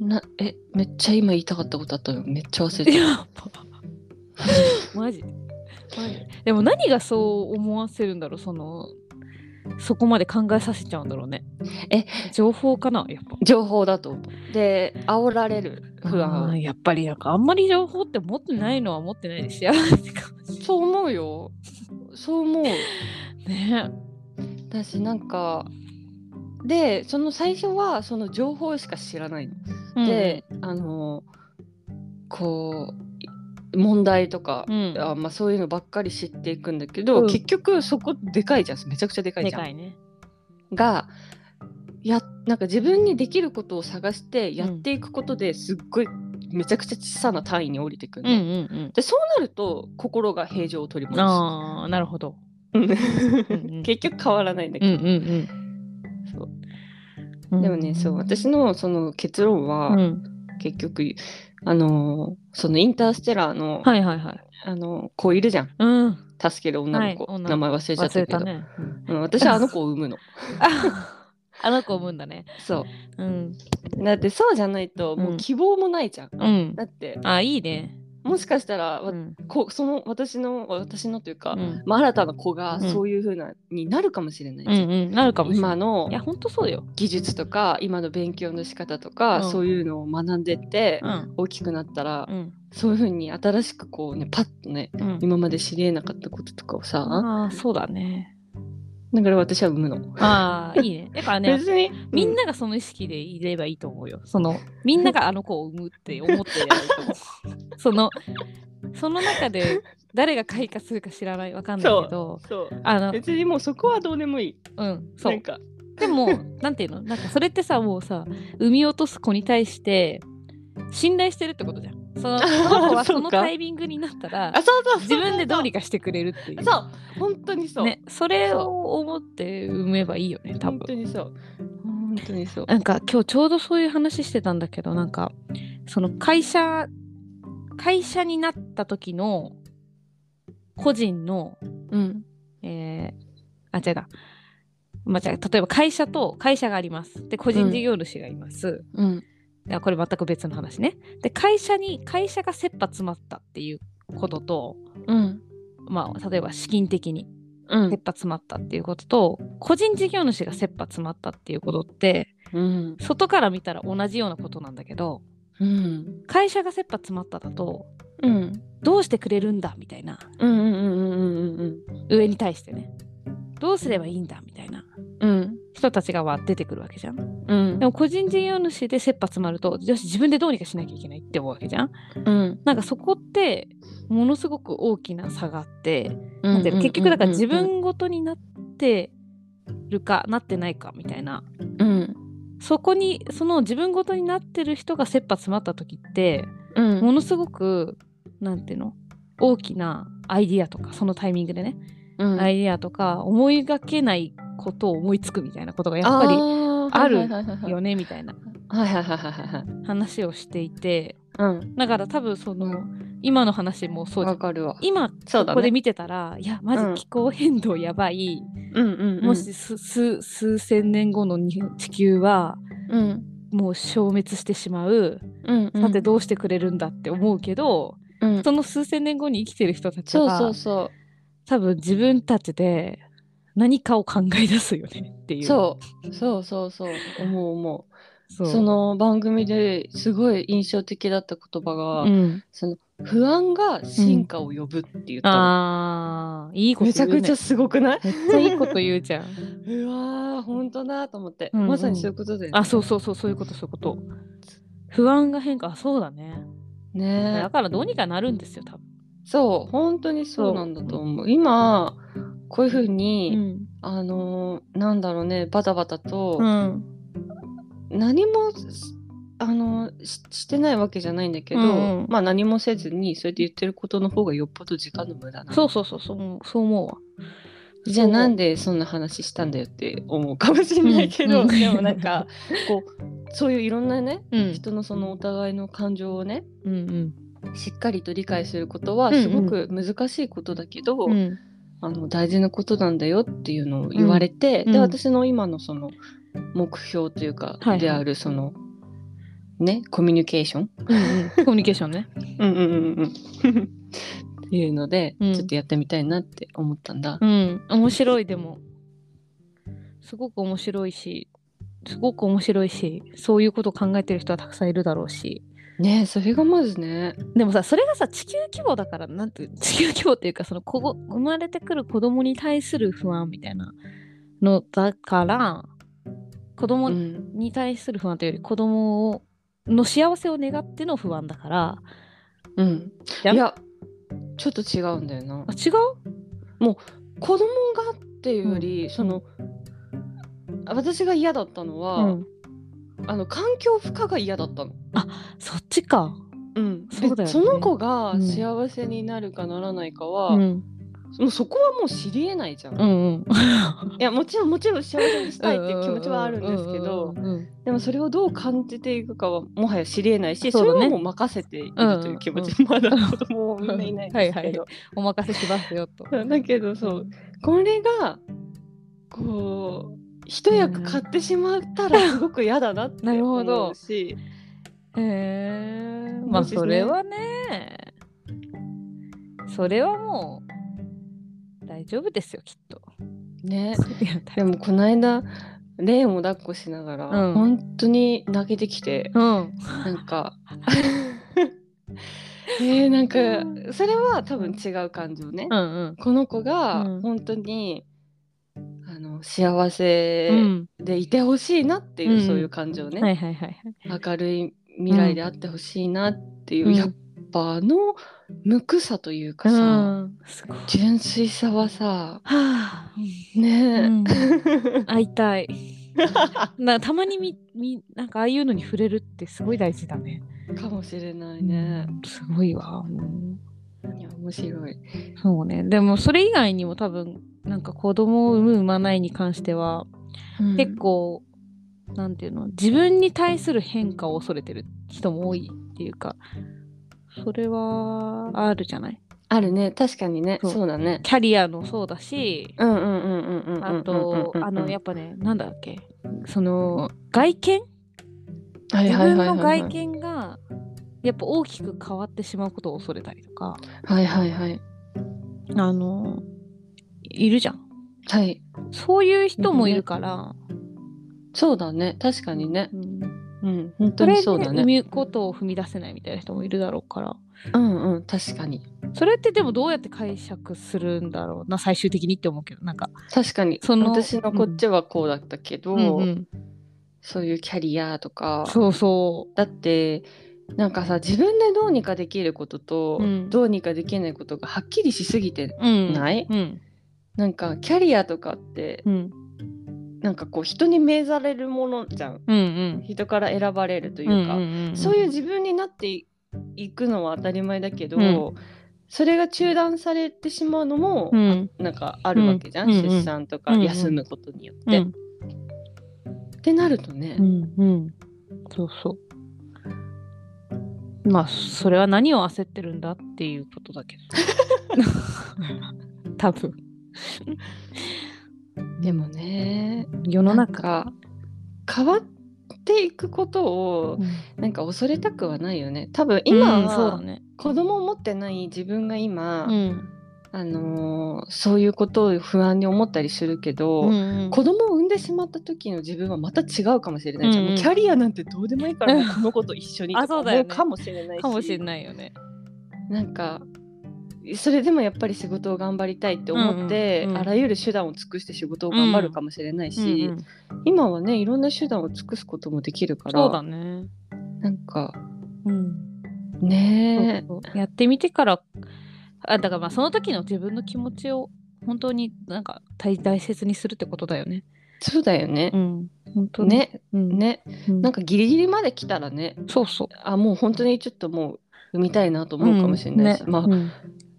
B: なえめっちゃ今言いたかったことあったよめっちゃ忘れ
C: い
B: てた。
C: やマジマジでも何がそう思わせるんだろうそのそこまで考えさせちゃうんだろうね。
B: え
C: 情報かなやっぱ。
B: 情報だと思う。で煽られる不
C: あ
B: 安を
C: ーやっぱりなんかあんまり情報って持ってないのは持ってないで幸せかもし
B: そう思うよ。そう思う。
C: れない。ね。
B: 私なんかでその最初はその情報しか知らないの。で、あのこう問題とか
C: う、ん、
B: あまあ、そういうのばっかり知っていくんだけど、
C: うん
B: 結局そこでかいじゃんめちゃくちゃでかい
C: で
B: じゃ
C: か
B: ん。
C: いね。
B: がやなんか自分にできることを探してやっていくことですっごいめちゃくちゃ小さな単位に降りてくる
C: うんうん
B: でそうなると心が平常を取り
C: うん。
B: 戻 (laughs)
C: ああ、なるほど。
B: す。
C: うんうん
B: 結局変わらないんだけ
C: うん
B: ど、
C: うん
B: そう
C: うん。
B: でもねそう私のその結論は、
C: うん。
B: 結局あのーそのインターステラーの、
C: はいはいはい。
B: あのー子いるじゃん
C: うん。
B: 助ける女の子、
C: はい女の子
B: 名前忘れちゃった
C: 忘
B: け
C: れ
B: ど
C: たね。うん
B: うん、私はあの子を産
C: (laughs)
B: むの
C: ああの子産むんだね。
B: そ
C: うん。
B: うだってそうじゃないともううん希望もないじゃん、
C: うん。
B: だって
C: あいいね。
B: もしかしたら、わ
C: うん。
B: こその私の私のというか、
C: うん
B: まあ、新たな子が
C: うん
B: そういうふうな、になるかもしれないじ
C: う
B: ゃん、
C: んうん。なるかもしれない。
B: 今の
C: いや、ほんとそうよ。
B: 技術とか今の勉強の仕方とか、
C: うん
B: そういうのを学んでって、
C: うん。
B: 大きくなったら、
C: うん。
B: そういうふうに新しくこうねパッとね
C: うん。
B: 今まで知りえなかったこととかをさ、
C: ああ、そうだね。
B: だから私は産むの。
C: ああ、いい
B: (laughs)
C: ね。やっぱね、
B: 別に
C: みんながその意識でいればいいと思うよ。そのみんながあの子を産むって思ってやると思
B: (laughs)
C: う。そのその中で誰が開花するか知らないわかんないけど、
B: そう
C: あの
B: 別にもうそこはどうでもいい。
C: うんそ
B: なん
C: う。
B: か
C: でもなんていうのなんかそれってさもうさ産み落とす子に対して信頼してるってことじゃん。そ
B: (laughs)
C: のその子はそ
B: そう
C: の
B: か
C: タイミングになったら
B: あそうそうそう
C: (laughs) 自分でどうにかしてくれるっていう。
B: そう本当にそう、
C: ね、それを思って産めばいいよね多
B: 本
C: 分
B: 当。にそう本当にそう。
C: なんか今日ちょうどそういう話してたんだけどなんかその会社会社になった時の個人の、
B: うん
C: えーあ違うな、まあ、違う例えば会社と会社がありますで個人事業主がいます、
B: うん
C: あこれ全く別の話ねで会社に会社が切羽詰まったっていうことと、
B: うん
C: まあ、例えば資金的に
B: う
C: 切
B: ん
C: 羽詰まったっていうことと個人事業主が切羽詰まったっていうことって
B: うん
C: 外から見たら同じようなことなんだけど
B: うん
C: 会社が切羽詰まっただと
B: うん
C: どうしてくれるんだみたいな
B: うんうんうんうんうん
C: 上に対してねどうすればいいんだみたいな
B: うん
C: 人たちがわ出てくるわけじゃん
B: うん
C: でも個人事業主で切羽詰まるとよし自分でどうにかしなきゃいけないって思うわけじゃん
B: うん
C: なんかそこってものすごく大きな差があって
B: な
C: なんていうの結局だから自分ごとになってるかなってないかみたいな
B: うん
C: そこにその自分ごとになってる人が切羽詰まった時って
B: うん
C: ものすごくなんていうの大きなアイディアとかそのタイミングでね、
B: うん
C: アイディアとか思いがけないことを思いつくみたいなことがやっぱりあるよ
B: ね。
C: ねみたいな
B: はいはいはいはいはいはい。
C: 話をしていて
B: うん
C: だから多分その今の話もそうじゃ
B: わ
C: ん
B: かるわ。
C: 今
B: そう
C: こ
B: だ
C: こで
B: ね。
C: 見てたら、いやマ
B: うん
C: ジ気候変動やばい、
B: うんうんうん
C: もし数数数千年後の日地球は
B: うん
C: もう消滅してしまう、
B: うんうん
C: さてどうしてくれるんだって思うけど、
B: うん
C: その数千年後に生きてる人たち
B: そう
C: が
B: そうそ
C: 多分自分たちで何かを考え出すよねっていうう
B: そうそうそうそう思う思
C: そう
B: その番組ですごい印象的だった言葉が、
C: うん、
B: その不安が進化を呼ぶって言ったの、
C: あーいいこと
B: めち
C: 言
B: ゃ
C: う、ね、
B: くちゃすごくない、
C: めっちゃいいこと言うじゃん
B: (laughs) うわー本当だと思って、
C: うんうん
B: まさにそういうことだよね
C: あそうそうそうそういうことそういうこと不安が変化あそうだね
B: ね
C: だからどうにかなるんですよ多分、
B: そう本当にそうなんだと思う今こういうふうに、
C: ん
B: あのーなんだろうねバタバタと、
C: うん、
B: 何もすあのーししてないわけじゃないんだけど、
C: うんうん
B: まあ何もせずにそうやって言ってることの方がよっぽど時間の無駄なの
C: そうそうそうそうそう思うわ
B: じゃあなん
C: で
B: でそんな話したんだよって思うかもしれないけど、
C: うんうん
B: でもなん
C: (laughs)
B: かこうそういういろんなね
C: うん
B: 人のそのお互いの感情をね
C: うん
B: しっかりと理解することは
C: うんうん
B: すごく難しいことだけど、
C: うんうん
B: あの大事なことなんだよっていうのを言われて、
C: うん
B: で
C: うん
B: 私の今のその目標というか、
C: はいはい
B: であるそのねコミュニケーション、
C: うんコミュニケーションね
B: うんうんうんうん、っていうので、
C: うん
B: ちょっとやってみたいなって思ったんだ。
C: うん面白いでもすごく面白いしすごく面白いしそういうことを考えてる人はたくさんいるだろうし
B: ねえそれがまずね。
C: でもさそれがさ地球規模だからなんて地球規模っていうかその子ご生まれてくる子供に対する不安みたいなのだから子供
B: うん
C: に対する不安というより子供をの幸せを願っての不安だから
B: うん、
C: や
B: いやちょっと違うんだよな
C: あ。違う
B: 子供がっていうより、その私が嫌だったのは、
C: うん、
B: あの環境負荷が嫌だったの。
C: そっちか。
B: うん、
C: そうだよね
B: でその子が
C: うん
B: 幸せになるかならないかは、
C: うん、
B: もうそこはもう知りえないじゃん、
C: う
B: い
C: んうん。
B: やもちろんもちろん幸せにしたいっていう気持ちはあるんですけ
C: う
B: ど
C: んうんうん
B: でもそれをどう感じていくかはもはや知りえないし
C: そ
B: そう
C: だ
B: れ
C: ね
B: はもう任せているという気持ち、まだ子供もみんないないんですけど、
C: お任せしますよと。
B: だけどそうこれがこう一役買ってしまったらすごく嫌だな
C: (laughs)
B: って思うし、
C: へえ。ま
B: も
C: あ
B: しね
C: それはね、それはもう大丈夫ですよきっと。
B: ね
C: いや
B: でもこの間レンを抱っこしながら、
C: うん
B: 本当に泣けてきて
C: うん。
B: なん
C: (laughs)
B: かえー、なんかそれは多分違う感情ね、
C: うんうん。
B: この子が
C: うん
B: 本当に、あの幸せ
C: うん
B: でいてほしいなっていう、
C: うん
B: そういう感情ね、
C: はいはいはいはい。
B: 明るい未来であってほしいなっていう、
C: うん
B: やっぱあの無垢さというか
C: う
B: さ、
C: ん。すごい。
B: 純粋さはさ
C: はあ。
B: ねえ、 (laughs)
C: うん会いた (laughs) い。なたまにみみなんかああいうのに触れるってすごい大事だね。
B: かもしれないね。
C: すごいわ。うん
B: いや面白い。
C: そうね。でもそれ以外にも多分なんか子供を産む産まないに関しては、結構なんていうの自分に対する変化を恐れてる人も多いっていうかそれはあるじゃない
B: あるね確かにね
C: そう
B: そうだね。
C: キャリアのそうだし
B: うんうんうんうんうんうんうんうんうん。
C: あとあのやっぱねなんだっけその外見
B: ぱ
C: 自分の
B: はい
C: 外見がやっぱ大きく変わってしまうことを恐れたりとか
B: はいはいはい。
C: あのいるじゃん
B: はい
C: そういう人もいるから、
B: そうだね確かにね。
C: うん
B: うん、本
C: そ
B: 当に
C: れで
B: そうだ
C: 踏
B: ね。
C: みことを踏み出せないみたいな人もいるだろうから
B: うんうん、確かに。
C: それってでもどうやって解釈するんだろうな最終的にって思うけどなんか、
B: 確かに。
C: その
B: 私のこっちはこうだったけど、
C: うんうん
B: そういうキャリアとか。
C: そうそ
B: だって、なんかさ、自分でどうにかできることと、
C: うん
B: どうにかできないことがはっきりしすぎて、
C: う、うん、
B: ない
C: うん
B: なんかキャリアとかって、
C: うん
B: なんかこう人に命ざれるものじゃん。
C: うんうん
B: 人から選ばれるという
C: う
B: か。
C: んうんうん
B: そういう自分になっていいくのは当たり前だけど、
C: うん
B: それが中断されてしまうのも、
C: うん
B: なんかあるわけじゃん、
C: うんうん
B: 出産とか
C: うんうん
B: 休むことによっ
C: う
B: て。
C: ん
B: ってなるとね、
C: うんうんそうそうまあそれは何を焦ってるんだっていうことだけど多分
B: でもね
C: 世の
B: なん
C: 中
B: か変わっていくことを
C: うん
B: なんか恐れたくはないよね多分今
C: うんそうだ
B: は
C: ね
B: 子供を持ってない自分が今、
C: うん
B: あのーそういうことを不安に思ったりするけど、
C: うんうん
B: 子供を産んでしまった時の自分はまた違うかもしれないじゃん、
C: うんうん
B: もうキャリアなんてどうでもいいからもうこの子と一緒に
C: あ
B: とか
C: そうだよね
B: 思かもしれないし
C: かもしれないよね
B: なんかそれでもやっぱり仕事を頑張りたいって思って、
C: うんうんうん
B: あらゆる手段を尽くして仕事を頑張るかもしれないし、
C: うんうん
B: 今はねいろんな手段を尽くすこともできるから
C: そうだね
B: なんか
C: うん
B: ね
C: そうそうやってみてからあだからまあその時の自分の気持ちを本当になんか大大切にするってことだよね
B: そうだよね
C: う。ん本当に
B: ね
C: うん
B: ね、
C: うん
B: なんかギリギリまで来たらね
C: そうそう
B: あもう本当にちょっともう産みたいなと思うかもしれないし、
C: うんね
B: まあ
C: うん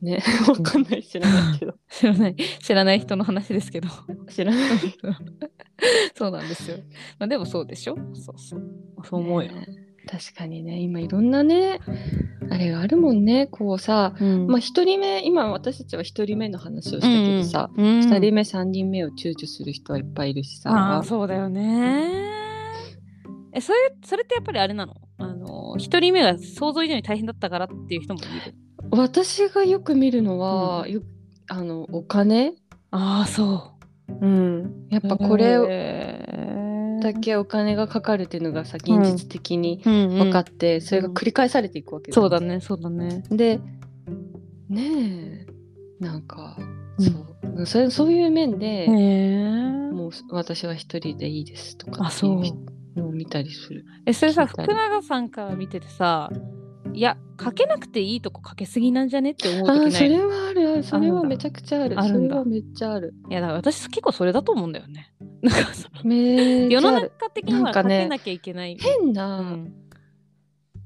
B: ね (laughs) わかんない知らない
C: (laughs)
B: けど
C: 知らない知らない人の話ですけど (laughs)
B: 知らない
C: そうなんですよ、まあ、でもそうでしょそうそうそう思うよ、
B: ね確かにね今いろんなねあれがあるもんねこうさ、
C: うん
B: まあ、1人目今私たちは1人目の話をしたけどさ、
C: うんうん
B: 二2人目3人目を躊躇する人はいっぱいいるし
C: あ
B: さ
C: あそうだよねえそれそれってやっぱりあれなのあの一人目が想像以上に大変だったからっていう人もいる
B: 私がよく見るのは、よあのお金、
C: ああそ
B: うん、やっ
C: う
B: ぱこれ
C: へー
B: だけお金がかかるっていうのがさ現実的に
C: うんうん
B: 分かって、それが繰り返されていくわけじゃん
C: そうだねそうだね
B: でねえなんか、そうそれそういう面で、
C: へえ
B: もう私は一人でいいですとか
C: あそう
B: もう見たりする。
C: えそれさ
B: 聞いた
C: 福
B: り
C: 永さんから見ててさいやかけなくていいとこかけすぎなんじゃねって思う時
B: そ
C: ない
B: れはあるそれはめちゃくちゃある
C: ある
B: そ
C: ん
B: れ
C: だ
B: はめっちゃある。
C: いやだから私結構それだと思うんだよね。なんかその
B: めっ
C: 世
B: ちゃ
C: の
B: ある。
C: 中的には
B: なんか
C: か
B: ね
C: けなきゃいけない。
B: 変
C: う
B: な、
C: ん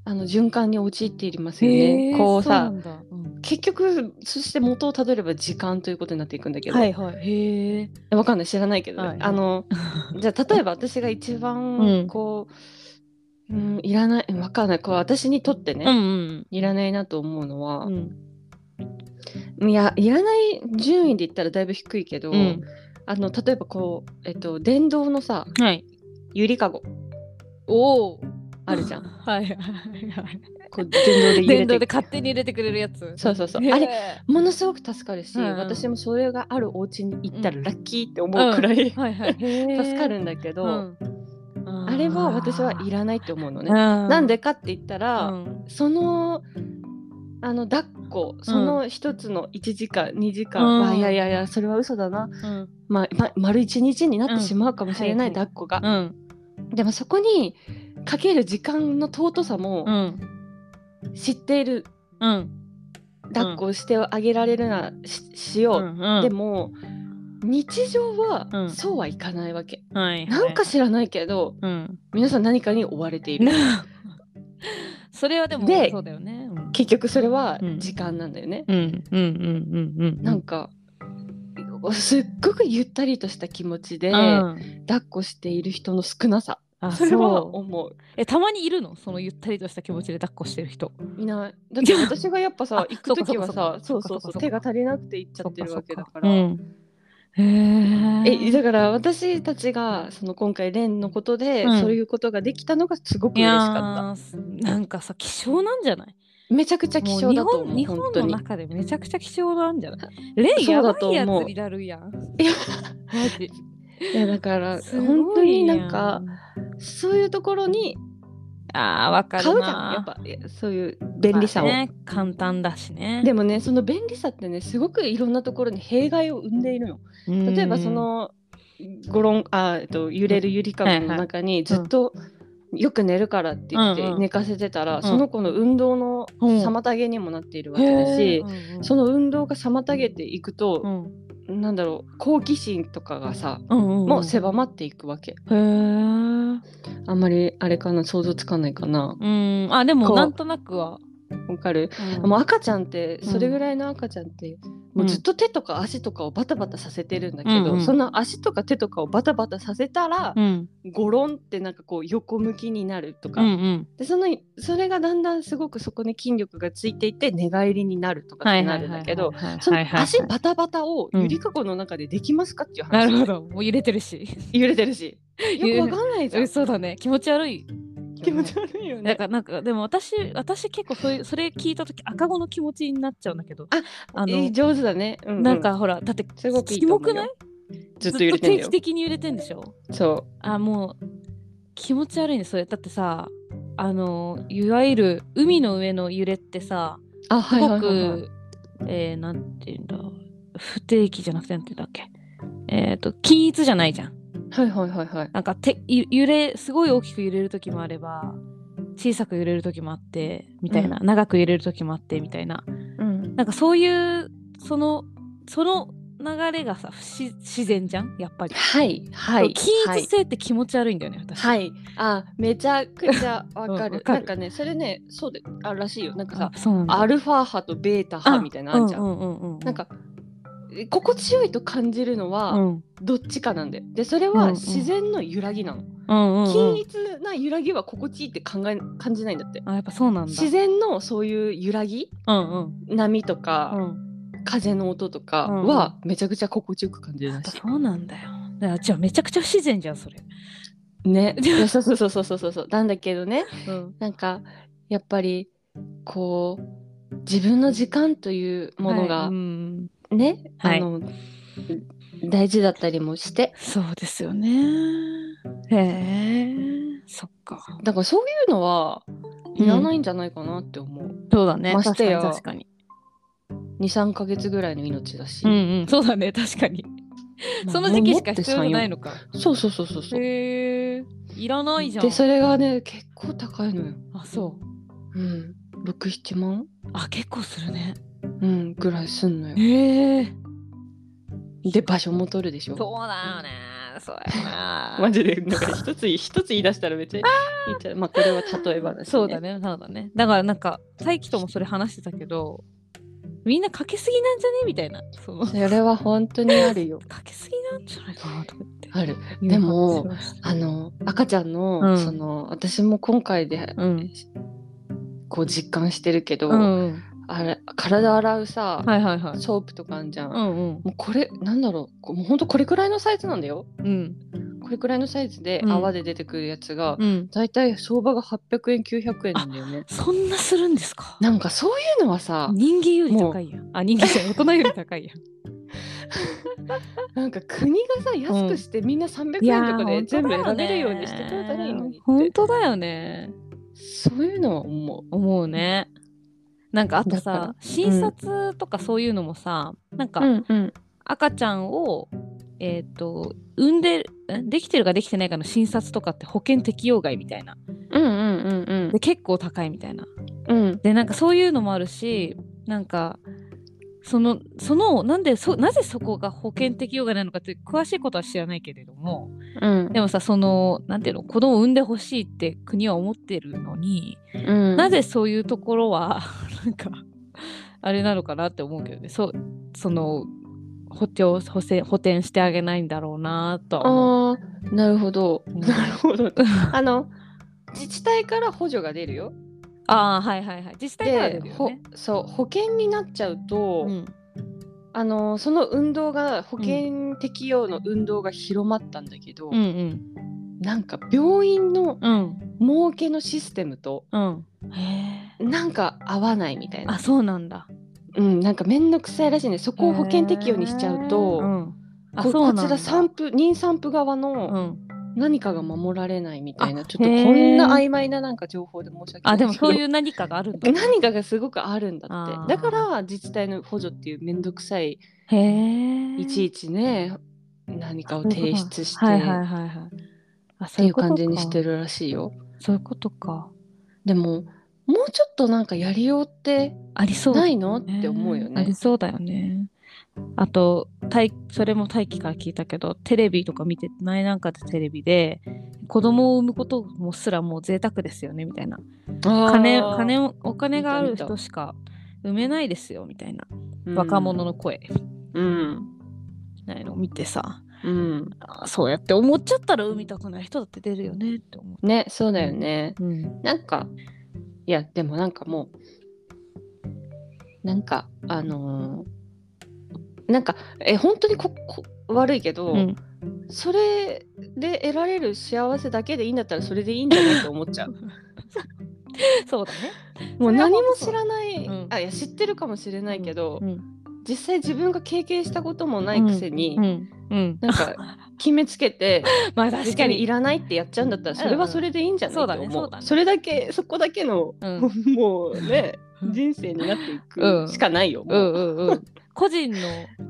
B: あの循環に陥っていますよね。こうさ
C: そうなんだうん
B: 結局そして元をたどれば時間ということになっていくんだけど、
C: はいはい。へえ。
B: わかんない知らないけど、
C: はい
B: あのじゃあ例えば私が一番、
C: うん
B: こう、うん、いらないわかんないこう私にとってね、
C: うんうん
B: いらないなと思うのは
C: う、ん。
B: いやいらない順位で言ったらだいぶ低いけど、
C: うん
B: あの例えばこう、えっと、電動のさ
C: はい。
B: ゆりかご
C: おお。
B: あるじゃ
C: (laughs)
B: ん
C: はいはいはい。
B: こう電動で揺れ
C: 電
B: て
C: 動
B: い
C: で
B: く
C: 勝手に入れてくれるやつ。
B: そうそうそう
C: へー
B: あれものすごく助かるし、
C: うんうん
B: 私もそれがあるお家に行ったら
C: うん
B: ラッキーって思うくらい、
C: はいはい。
B: (laughs) 助か
C: ん
B: るんだけど、
C: うん
B: あれは私はいらないって思うのね。
C: な
B: なんでかって言ったら、
C: うん
B: そのあの抱っこその一つの1時間、2時間、
C: うん
B: まあいやいやいやそれは嘘だな、
C: うん
B: まあま、丸1日になって
C: うん
B: しまうかもしれない、
C: はいは
B: 抱っこが、
C: うん
B: でもそこにかける時間の尊さも
C: うん
B: 知っている、
C: うん
B: 抱っこをしてあげられるならしし
C: う
B: よう、
C: ん。
B: でも日常
C: う
B: は
C: ん
B: そうはいかないわけ、
C: はいはい。
B: なんか知らないけど (laughs)
C: うん。
B: 皆さん何かに追われている
C: なそれはでも
B: で
C: そうだよね。うん
B: 結局それは
C: うん
B: 時間なんだよね、
C: うんうんうんうんうん。
B: なんかすっごくゆったりとした気持ちで、
C: うん
B: 抱っこしている人の少なさ
C: あ
B: それは
C: そう
B: 思う
C: えたまにいるのそのゆったりとした気持ちで抱っこしてる人。
B: いないだって私がやっぱ
C: あ
B: さ行く時はさ
C: そ
B: そうう
C: か
B: そ
C: そうか
B: うそ
C: そう
B: う
C: か
B: 手が足りなくて行っちゃってるわけだから、
C: うん、へ
B: え
C: え。
B: だから私たちがその今回レンのことで、
C: うん
B: そういうことができたのがすごく
C: い
B: 嬉し
C: や
B: かっ
C: ーなんかさ希少なんじゃない
B: ためちゃくちゃ希少だ
C: も
B: と思
C: う
B: う
C: 日本
B: 本
C: 日
B: 当
C: 本の
B: に
C: 中でめちゃくちゃ希少なんじゃない
B: (laughs)
C: レイ
B: そ
C: や
B: うだ
C: ば
B: と
C: い
B: 思う
C: やつになるやん。
B: いや
C: マジ
B: いやだから
C: すごいや
B: 本当になんかそういうところに
C: ああ、わかる
B: 買
C: な。
B: うじゃんやっぱいやそういう便利さを、
C: まあね。簡単だしね。
B: でもねその便利さってねすごくいろんなところに弊害を生んでいるの
C: うん
B: 例えばそ、のゴロンあえっと揺れるゆりかごの中にずっとよく寝るからって言って
C: うんうん
B: 寝かせてたら、
C: ん
B: その子の運動の
C: うん
B: 妨げにもなっているわけだ
C: へー、
B: し
C: うんうん
B: その運動が妨げていく
C: う
B: と、
C: ん
B: なんだろう好奇心とかがさ、
C: うんうんうん
B: もう狭まっていくわけ
C: へー
B: あんまりあれかな想像つかないかな
C: うん。あ、で
B: こ
C: も
B: う
C: なんとなくは。
B: わかる
C: うん
B: もう赤ちゃんって
C: うん
B: それぐらいの赤ちゃんって、
C: う
B: も
C: ん
B: うずっと手とか足とかをバタバタさせてるんだけど、
C: うんうん
B: その足とか手とかをバタバタさせたら、
C: うん
B: ゴロンってなんかこう横向きになるとか、
C: うんうん。
B: でそのそれがだんだんすごくそこに筋力がついていって寝返りになるとかっ
C: は
B: て
C: い
B: な
C: はい
B: るん
C: は
B: だ
C: い
B: け
C: は
B: ど
C: いはいはい
B: その足バタバタを
C: うん
B: ゆりかごの中でできますかっていう
C: な
B: 話、
C: るほど。もう揺れてるし。
B: 揺れてるしよくわかんないじゃ
C: (laughs)
B: ん
C: そうだね。気持ち悪い。
B: 気持ち悪いよ
C: なん
B: ね
C: かなんかでも私私結構そういうそれ聞いた時赤子の気持ちになっちゃうんだけど
B: あ
C: あの、
B: いい上手だね、うう
C: なんかほらだって
B: すごくいい
C: キ
B: と
C: モ
B: 思う
C: くない
B: よずっと揺れてる
C: ず
B: よ
C: っと定期的に揺れてんでしょ
B: そ
C: あもう気持ち悪いねそれだってさあのいわゆる海の上の揺れってさ
B: うあは
C: す
B: いは
C: ご
B: い
C: く、
B: はいはい
C: えーなんていうんだ不定期じゃなくてなんていうんだっけえっ、と均一じゃないじゃん
B: はいはいはいはい
C: なんかてゆ揺れすごい大きく揺れる時もあれば小さく揺れる時もあってみたいな、長く揺れる時もあってみたいな
B: うん
C: なんかそういうそのその流れがさ不自自然じゃんやっぱり、
B: はいはい
C: 均一性って気持ち悪いんだよね、私
B: はい、あめちゃくちゃ
C: う
B: わか
C: んわ
B: る。
C: かる
B: なんかね、それね、そうであるらしいよ。なんかさ
C: あ、そうなんだ
B: アルファ波とベータ波みたいなのあんじゃん。
C: うんうんうんうん、
B: なんかえ心地よいと感じるの
C: う
B: は、
C: ん、
B: どっちかなんで。で、それ
C: うんう
B: は
C: ん
B: 自然の揺らぎなの。
C: うんうんうん
B: 均一な揺らぎは心地いいって考え感じないんだって。
C: あやっぱそうなんだ
B: 自然のそういう揺らぎ、
C: うんうん
B: 波と
C: う
B: か、
C: ん
B: 風の音とか
C: うんうん
B: はめちゃくちゃ心地よく感じる
C: やっ
B: ら
C: ぱ
B: し
C: そうなんだよだからじゃあめちゃくちゃ不自然じゃんそれ、(laughs)
B: い。ね。いやそうそうそうそうそうそう。なんだけどね、
C: うん、
B: なんかやっぱりこう自分の時間というもの
C: はい
B: が
C: うん
B: ね、
C: はい
B: あの大事だったりもして
C: そうですよねへえそっか
B: だからそういうのは
C: うん
B: いらないんじゃないかなって思う、
C: そうだね
B: ましてや
C: 確かに
B: 23か月ぐらいの命だ
C: 確
B: し、
C: かにうんうんそうだね確かに
B: まあ
C: その時期しか必要じゃない
B: も
C: のか
B: う持って3-4そうそうそうそうそう
C: へえいらないじゃん
B: でそれがね結構高いのよ、
C: あそう
B: うん、67万、
C: あ結構するね
B: うん、ぐらいすんのよ
C: へえ
B: で場所も取るでしょ
C: そうだよねそうだよ
B: (laughs)
C: な
B: マジでなんか一 (laughs) つ一つ言い出したらめっちゃ言っちゃうまあこれは例え話、
C: そうだね、そうだね。だからなんか、大輝ともそれ話してたけど、みんなかけすぎなんじゃねみたいな。その
B: それは本当にあるよ。
C: かけすぎなんじゃないかなとかって。
B: ある。
C: いう
B: でも
C: 話をして
B: あ、の赤ちゃんの、
C: うん
B: その私も今回で
C: うん。
B: こう実感してるけど、
C: うん。
B: あれ体洗うさ、
C: はいはいはい。
B: ソープとかあんじゃん。
C: う
B: も
C: んうん。
B: うこれなんだろうこうもう本当これくらいのサイズなんだよ。
C: うん。
B: これくらいのサイズで
C: うん
B: 泡で出てくるやつが、
C: うん。
B: だいたい相場が800円900円なんだよね。
C: そんなするんですか
B: なんかそういうのはさ
C: 人間より高いやん。あ、人間じゃない大人より高いやん。
B: なんか国がさ安くしてみんな300円とかで全部選べるようにしてくれたらいいのにっ
C: 本
B: て
C: 当だよね。
B: そういうのは思う。
C: 思うね。なんかあと
B: だから
C: さ、診察とかそういうのもさ、なんか、
B: んうん
C: 赤ちゃんを、えー、と産んでんできてるかできてないかの診察とかって保険適用外みたいな
B: うんうんうんうん
C: で結構高いみたいな
B: うん
C: でなんかそういうのもあるしなんかそのそのなんでそなぜそこが保険適用外なのかって詳しいことは知らないけれども
B: うん
C: でもさそのなんていうの子供を産んでほしいって国は思ってるのに、
B: うん
C: なぜそういうところは (laughs) なんかあれなのかなって思うけどねそうその補強補正補填してあげないんだろうなとは思う
B: ああなるほど
C: うん
B: なるほどあの自治体から補助が出るよ
C: (laughs) ああはいはいはい自治体から出るよ
B: ほ
C: ね。
B: そう保険になっちゃうと、
C: うん
B: あのその運動が保険適用の運動が広まったんだけど、
C: うん
B: なんか病院の
C: うんうん
B: 儲けのシステムと
C: うんへえ
B: なんか合わないみたい
C: あ
B: な、
C: そうなんだ。
B: うん、なんか面倒くさいらしいねそこを保険適用にしちゃう
C: へえう
B: と、
C: ん、あ
B: こ
C: そうな
B: こ
C: ん
B: ち
C: だ
B: ら産婦妊産婦側の
C: うん
B: 何かが守られないみたいなちょっと
C: へー
B: こんな曖昧ななんか情報で申し訳ない
C: あでもそういうう何かがあるんだ。
B: (laughs) 何かがすごくあるんだ
C: あ
B: っ
C: ー
B: てだから自治体の補助っていう面倒くさい
C: へえ。
B: いちいちね何かを提出して
C: はいはい
B: っ
C: はいはい。あそ
B: ていう感じに
C: こと
B: し
C: か
B: てるらしいよ
C: そういうことか。
B: でももうちょっとなんかやりようって
C: ありそうだ
B: な
C: ね、
B: いのって思うよ
C: あ
B: ね
C: りそうだよね。あとたいそれも大輝から聞いたけどテレビとか見てないなんかでテレビで子供を産むこともすらもう贅沢ですよねみたいな金
B: あー
C: 金をお金がある
B: 見た見た
C: 人しか産めないですよみたいな若者の声み
B: うん
C: たいのを見てさ
B: うん
C: あーそうやって思っちゃったら産みたくない人だって出るよねって思
B: ねそうだよね
C: う。うん
B: なんかいやでもなんかもうなんかあのーなんかえ本当にここ悪いけど、
C: うん
B: それで得られる幸せだけでいいんだったらそれでいいんじゃないと思っ
C: (laughs)
B: ちゃう
C: そうだね。
B: も
C: そ
B: う
C: れは
B: 何
C: 本
B: も
C: 当そう
B: 知らない、
C: うん
B: あいや知ってるかもしれないけど、
C: うん
B: 実際自分が経験したこともないくせに、
C: うんうん。
B: なんか決めつけて
C: (laughs) まあ
B: 確
C: (laughs) 確
B: か
C: か
B: にい
C: に。
B: らないってやっちゃうんだったらそれはそれでいいんじゃない
C: うんうん
B: と思う,、
C: そうだねそうだね
B: れだけそこだけの、
C: うん
B: もうね
C: うん
B: 人生になってい
C: うん
B: くしかないよ、も
C: う
B: うん
C: うんうん。個人の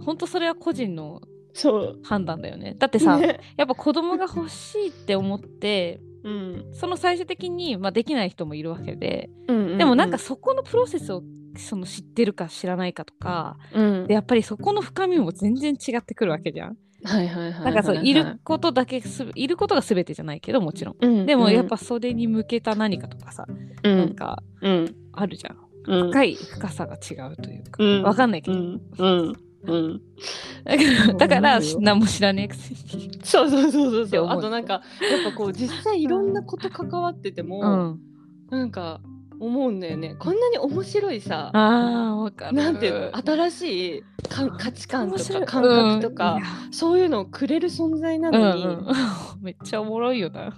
C: 本当それは個人の
B: そう
C: 判断だよね。だってさ、
B: ね
C: やっぱ子供が欲しいって思って
B: うん
C: その最終的に、まあ、できない人もいるわけで、
B: うんうう
C: でもなんか、そこのプロセスをその知ってるか知らないかとか
B: うん
C: でやっぱりそこの深みも全然違ってくるわけじゃん。
B: はいはいは
C: なん
B: いはい
C: かそういることだけすべいることが全てじゃないけどもちろん。
B: うん
C: でもやっぱそれに向けた何かとかさ、
B: う
C: なん
B: ん
C: か
B: うん
C: あるじゃん。
B: うん
C: 深い深さが違うというか、
B: うん
C: わかんないけ
B: う
C: ど、
B: んうんうん
C: だからだから
B: そう
C: 何も知らねえくせに。
B: そうそうそうそう
C: って
B: そう
C: 思う
B: あとなんかやっぱこう実際いろんなこと関わってて
C: う
B: も、
C: ん、
B: なんか思うんだよねこんなに面白いさ
C: ああわかる。
B: なんていうの新しいかん価値観
C: 面
B: と
C: 白い
B: か感覚と
C: うん
B: か、
C: いや
B: そういうのをくれる存在な
C: うん (laughs)
B: のに、うん
C: うんめっちゃおもろいよな。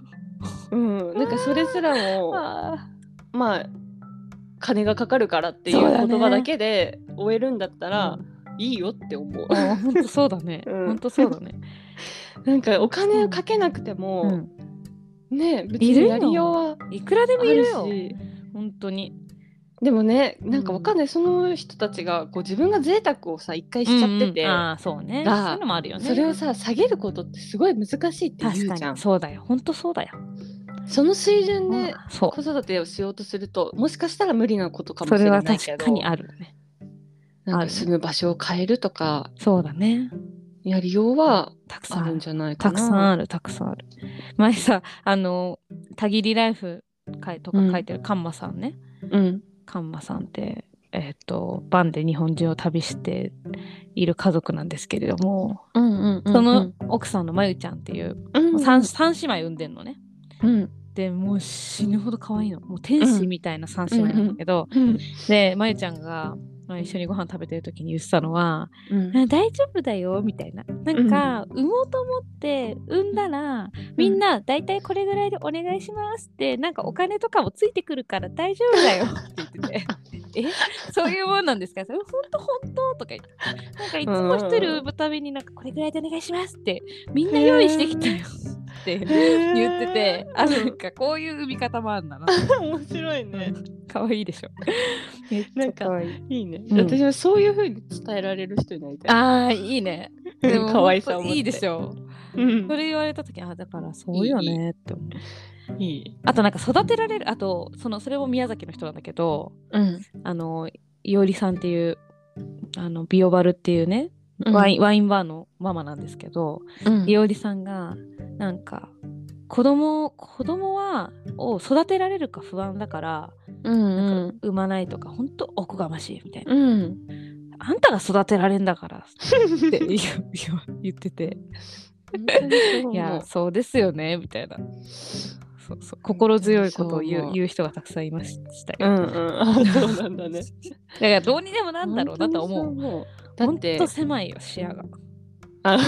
B: なんかそれすらも
C: あ
B: まあ金がかかるからっていう
C: そうだね
B: 言葉だけで終えるんだったら、いいよって思う。
C: あ、本当そうだね。
B: うん
C: 本当そうだね。
B: なんかお金をかけなくて
C: う
B: も、
C: ん、
B: ね別
C: いる
B: に
C: よ
B: やりようはい
C: くらで
B: あ
C: もいる
B: る
C: よ。
B: し。
C: 本当に。
B: でもねなんかわかんない、その人たちがこう自分が贅沢をさ一回しちゃって
C: う
B: て、
C: んうんああそうね。そう
B: が
C: いうのもあるよね。
B: それをさ下げることってすごい難しいって
C: 確
B: 言うじ
C: か
B: ゃん
C: に。そうだよ。本当そうだよ。
B: その水準で、
C: うんそう。
B: 子育てをしようとするともしかしたら無理なことかも
C: そ
B: し
C: れ
B: れな
C: はい確
B: け
C: か
B: ど
C: にあるね。
B: なん
C: あ
B: か
C: る
B: 住む場所を変えるとか
C: そうだね。
B: やりようは
C: たくさ
B: あ
C: んあ
B: るん
C: る。
B: じゃないか
C: た
B: な。
C: くさんある、たくさんある。前さ、あの、たぎりライフ会とか書いてるカンマさんね。
B: うん
C: カンマさんって、えっ、と、バンで日本中を旅している家族なんですけれども、
B: うんうんうん
C: その奥さんのまゆちゃんっていう、
B: うん
C: 三3姉妹産んでんのね。
B: うん
C: でもう死ぬほど可愛いの。もう天使みたいな3姉妹なんだけど、
B: うん
C: で、まゆちゃんが、まあ、一緒にご飯食べてる時に言ってたのは、
B: うん
C: あ大丈夫だよみたいななんか、産もうと思って産んだら、みんな大体これぐらいでお願いしますってなんかお金とかもついてくるから大丈夫だよって言っててえそういうもんなんですかほんとほんととか言ってなんかいつも一人産むためになんかこれぐらいでお願いしますってみんな用意してきたよって言っててあなんかこういう産み方もあるんだな
B: 面白いね
C: 可愛いでしょめっちゃ可愛い
B: いいね、
C: うん
B: 私はそういうふうに伝えられる人になりたい
C: あーいいねでも
B: 可愛さを
C: ほん
B: 持っ
C: と
B: て
C: いいでしょ
B: うん
C: それ言われた時あだからそうよねって思う
B: いい
C: あとなんか育てられるあとそのそれも宮崎の人なんだけど
B: うん
C: あのいおりさんっていうあのビオバルっていうね
B: うん
C: ワイン,、ワインバーのママなんですけど、
B: うん
C: いおりさんがなんか子供を子供はを育てられるか不安だから
B: うん
C: なんか産まないとか本当おこがましいみたいな、
B: うん
C: あんたが育てられんだからって言う言わ言っててい
B: い
C: や
B: や
C: そうですよねみたいなそうそう心強いことを
B: そう
C: 言
B: 思
C: う
B: う
C: 言う人がたくさんいましたよ、
B: うんうんあそうなんだね
C: だからどうにでも (laughs) なんだろうなとは思う
B: 本当にそう思うだ
C: ほ
B: っ
C: ん
B: て
C: と狭いよ視野が
B: あ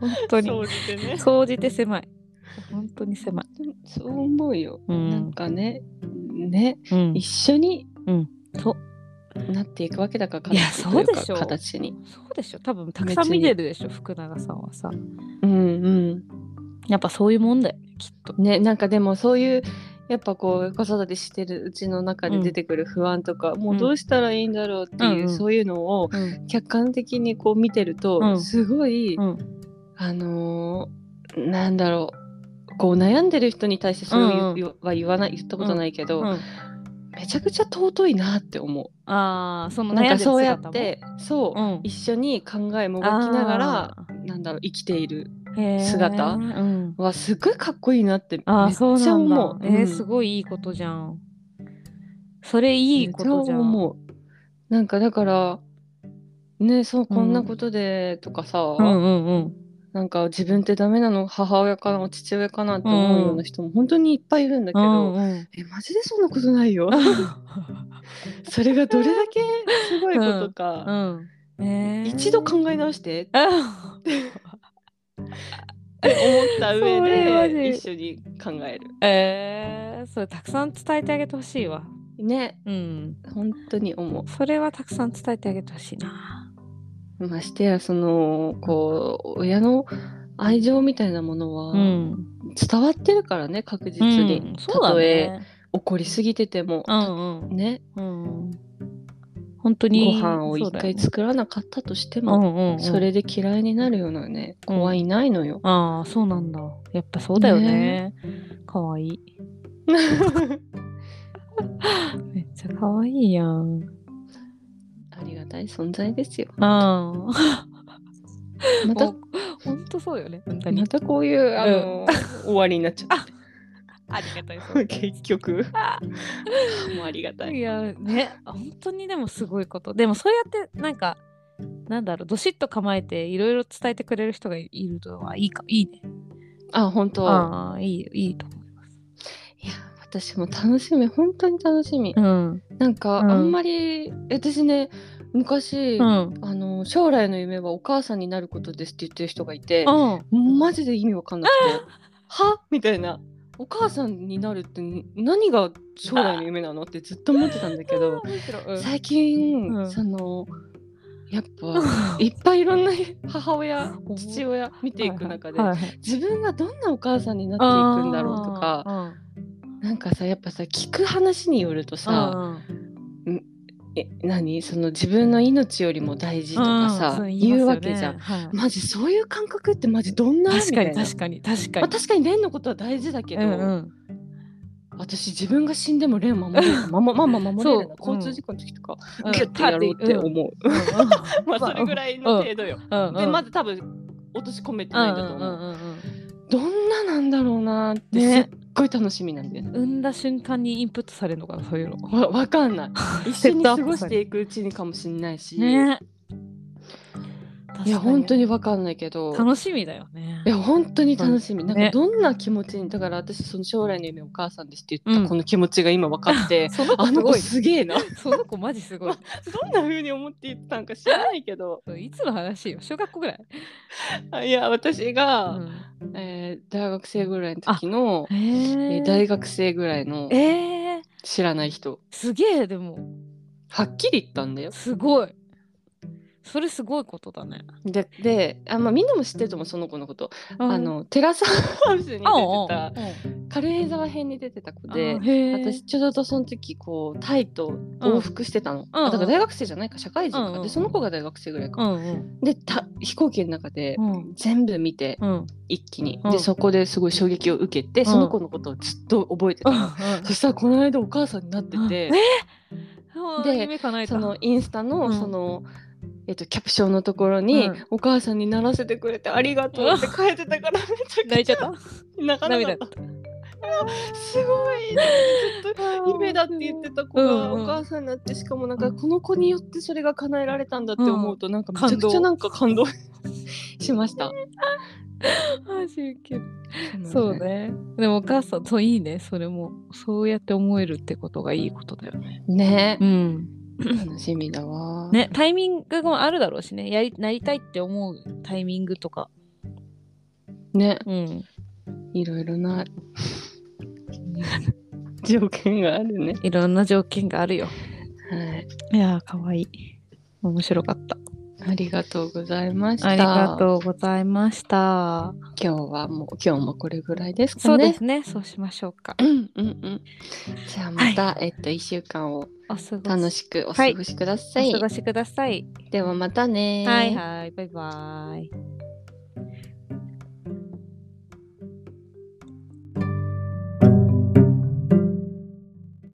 C: 本当に
B: 総じてね
C: 総じて狭い本当に狭い
B: そう思うよ、
C: うん
B: なんかねね
C: うん
B: 一緒に
C: そう
B: なっていくわけだから
C: いや
B: 形と
C: そう
B: いうか
C: でしょう
B: 形に
C: そうでしょ多分たくさん見てるでしょ福永さんはさ
B: うんうん
C: やっぱそういうもんだよねきっと。
B: ねなんかでもそういうやっぱこう子育てしてるうちの中で出てくる不安とか、もうどうしたらいいんだろうっていう、
C: うんうん
B: そういうのを
C: うん
B: 客観的にこう見てると、
C: うん
B: すごい、
C: うん
B: あのーなんだろうこう悩んでる人に対してそれを言,、
C: うん
B: は言わない言ったことないけど、
C: うん、
B: めちゃくちゃ尊いなって思
C: ああその
B: う。なん
C: 悩んでる
B: か
C: 姿も
B: そうやってそう、
C: うん
B: 一緒に考えもがきながら
C: あ
B: なんだろう生きている
C: へー
B: 姿
C: うん、
B: はすごいかっこいいなってめっち
C: ああ
B: ゃ
C: そう
B: 思
C: なんだえ
B: う。う
C: ー、
B: ん
C: すごいいいことじゃん。それいいことじゃ
B: めっち
C: ん。
B: 思うなんかだからねそう
C: うん
B: こんなことでとかさ、
C: うんうんうん。
B: なんか自分ってダメなの母親かな父親かなって思うような人も本当にいっぱいいるんだけど、
C: うんうん
B: えマジでそんなことないよ (laughs) それがどれだけすごいこと
C: う
B: か、
C: ん。えー
B: 一度考え直してって
C: あ
B: 思った上
C: それマジ
B: で一緒に考える
C: (laughs) えー、それたくさん伝えてあげてほしいわ。
B: ね
C: うん。
B: 本当に思
C: それはたくさん伝えてあげてほしいな。
B: うましてやそのこう親の愛情みたいなものは、
C: うん。
B: 伝わってるからね確実
C: う
B: に、
C: ん
B: た
C: そうだ
B: とえ
C: ね。
B: 怒りすぎてても
C: う、んうん。
B: ね
C: うん。本当
B: ご
C: に。
B: 飯を一回
C: そう
B: 作らなかったとして
C: だよね
B: も
C: うんうんうん。
B: そ。れで嫌いになるようなね
C: うん
B: 怖いないのよ、
C: ああ、そうなんだ。やっぱそうだよね。かわい
B: (laughs)
C: い。めっちゃかわいいやん。
B: ありがたい存在
C: (laughs)
B: ですよ
C: ああ。
B: また
C: お本当そうよね。本当に
B: ま。たこういうあの、 (laughs) 終わりになっちゃっ
C: (laughs) ありがたいそ
B: た結局 (laughs) もうありがたい
C: いやね本当にでもすごいことでもそうやってなんかなんだろうどしっと構えていろいろ伝えてくれる人がいるのはいいかいいね
B: あ本当
C: ああいいいいと思
B: いや私も楽しみ本当に楽しみ、
C: ううん
B: なんか、
C: うん
B: あんまり私ね昔、
C: うん
B: あの将来の夢はお母さんになることですって言ってる人がいて、
C: うん
B: マジで意味わかんなくて「 (laughs) はみたいな「お母さんになるって何が将来の夢なの?」ってずっと思ってたんだけど
C: むしろうん
B: (laughs) 最近、
C: うん
B: そのやっ
C: (laughs)
B: ぱいっぱいいろんな母親父親見ていく中で、
C: はいはい
B: 自分がどんなお母さんになっていくんだろうとか
C: あ
B: なんかさやっぱさ聞く話によると
C: ー
B: さ、え何その自分の命よりも大事と
C: うんうん
B: かさ、
C: そう言いますよね
B: 言うわけじゃん。
C: はい
B: マジそういう感覚ってマジどんな
C: 確かに
B: みたいな
C: 確かに確か
B: まあ、
C: に
B: 確かに蓮のことは大事だけど、
C: うん
B: 私自分が死んでも蓮を守
C: (laughs)
B: れるまままあまあ守れるな
C: そう
B: 交通事故の時とか、
C: うん
B: ギュッてやろうって思
C: う
B: う、
C: んう
B: まあそれぐらいの程度よ、
C: んうん
B: でまだ多分落とし込めてないんだと思う,、
C: うんうんうんうん
B: どんななんだろうなってす
C: ね
B: っごい楽しみなんだよね
C: 産んだ瞬間にインプットされるのかなそういうの
B: わわかんな
C: (laughs)
B: い一緒に過ごしていくうちにかもしれないし、
C: ね
B: いや本当
C: に
B: にわかんないけど
C: 楽しみだよね
B: いや本当に楽しみ、
C: ん
B: なんかどんな気持ちにだから私その将来の夢お母さんですって言っ
C: うん
B: たこの気持ちが今分かって、
C: その子
B: あ
C: (laughs) す
B: の
C: ご
B: 子
C: い
B: すげえな
C: その子マジすごい
B: どんな風に思って言ったんか知らないけど
C: いつの話よ小学校ぐらい、
B: あいや私
C: う
B: が、
C: ん、
B: えー大学生ぐらいの時の、
C: え
B: えー
C: ー、
B: 大学生ぐらいの
C: えー、
B: 知らない人
C: すげえでも
B: はっきり言ったんだよ。
C: すごいそれすごいことだね
B: でであ、まあ、みんなも知ってると思うその子のこと、
C: うん
B: あのテラスハウスに出て
C: あおうおう
B: た軽井沢編に出てた子
C: う
B: で
C: ん。へー
B: 私ちょうどその時こうタイと往復してたの、あだから大学生じゃないか社会人か、
C: うんうん
B: でその子が大学生ぐらいか、
C: うんうん
B: でた飛行機の中で
C: うん
B: 全部見て、
C: うん
B: 一気に、
C: うん
B: でそこですごい衝撃を受けて、
C: ん
B: その子のことをずっと覚えてたの、
C: (laughs)
B: そしたらこの間お母さんになってて、
C: うん
B: で
C: 夢叶えた
B: そのインスタの、
C: うん
B: その、えっとキャプションのところに、
C: うん
B: お母さんにならせてくれてありがとうって書いてたからめちゃくちゃ
C: (laughs) 泣いちゃ (laughs) った
B: 泣かなか
C: 涙
B: っ
C: だ
B: た
C: った
B: すごいずっ
C: (laughs)
B: と夢だって言ってた子
C: う
B: が
C: んうん
B: お母さんになってしかもなんかこの子によってそれが叶えられたんだって思うと、なんかめちゃくちゃなんか感動しました。
C: マジウケるそうね。でもお母さんといいね。それもそうやって思えるってことがいいことだよね。
B: ね
C: うん。
B: 楽しみだわ。
C: ね、タイミングもあるだろうしね。やりなりたいって思うタイミングとか。
B: ね
C: うん。
B: いろい
C: (laughs)
B: ろな条件があるね。
C: いろんな条件があるよ。
B: は
C: い
B: い。
C: やー、かわいい。面白かった。
B: ありがとうございました。
C: ありがとうございました。
B: 今日はもう今日もこれぐらいですかね。
C: そうですね。そうしましょうか。
B: うんうんうん。じゃあまた、えっと一週間を
C: お過ご
B: 楽
C: し
B: しくお過ごしください。
C: お過ごしください。
B: ではまたね
C: はいはい。バイバイ。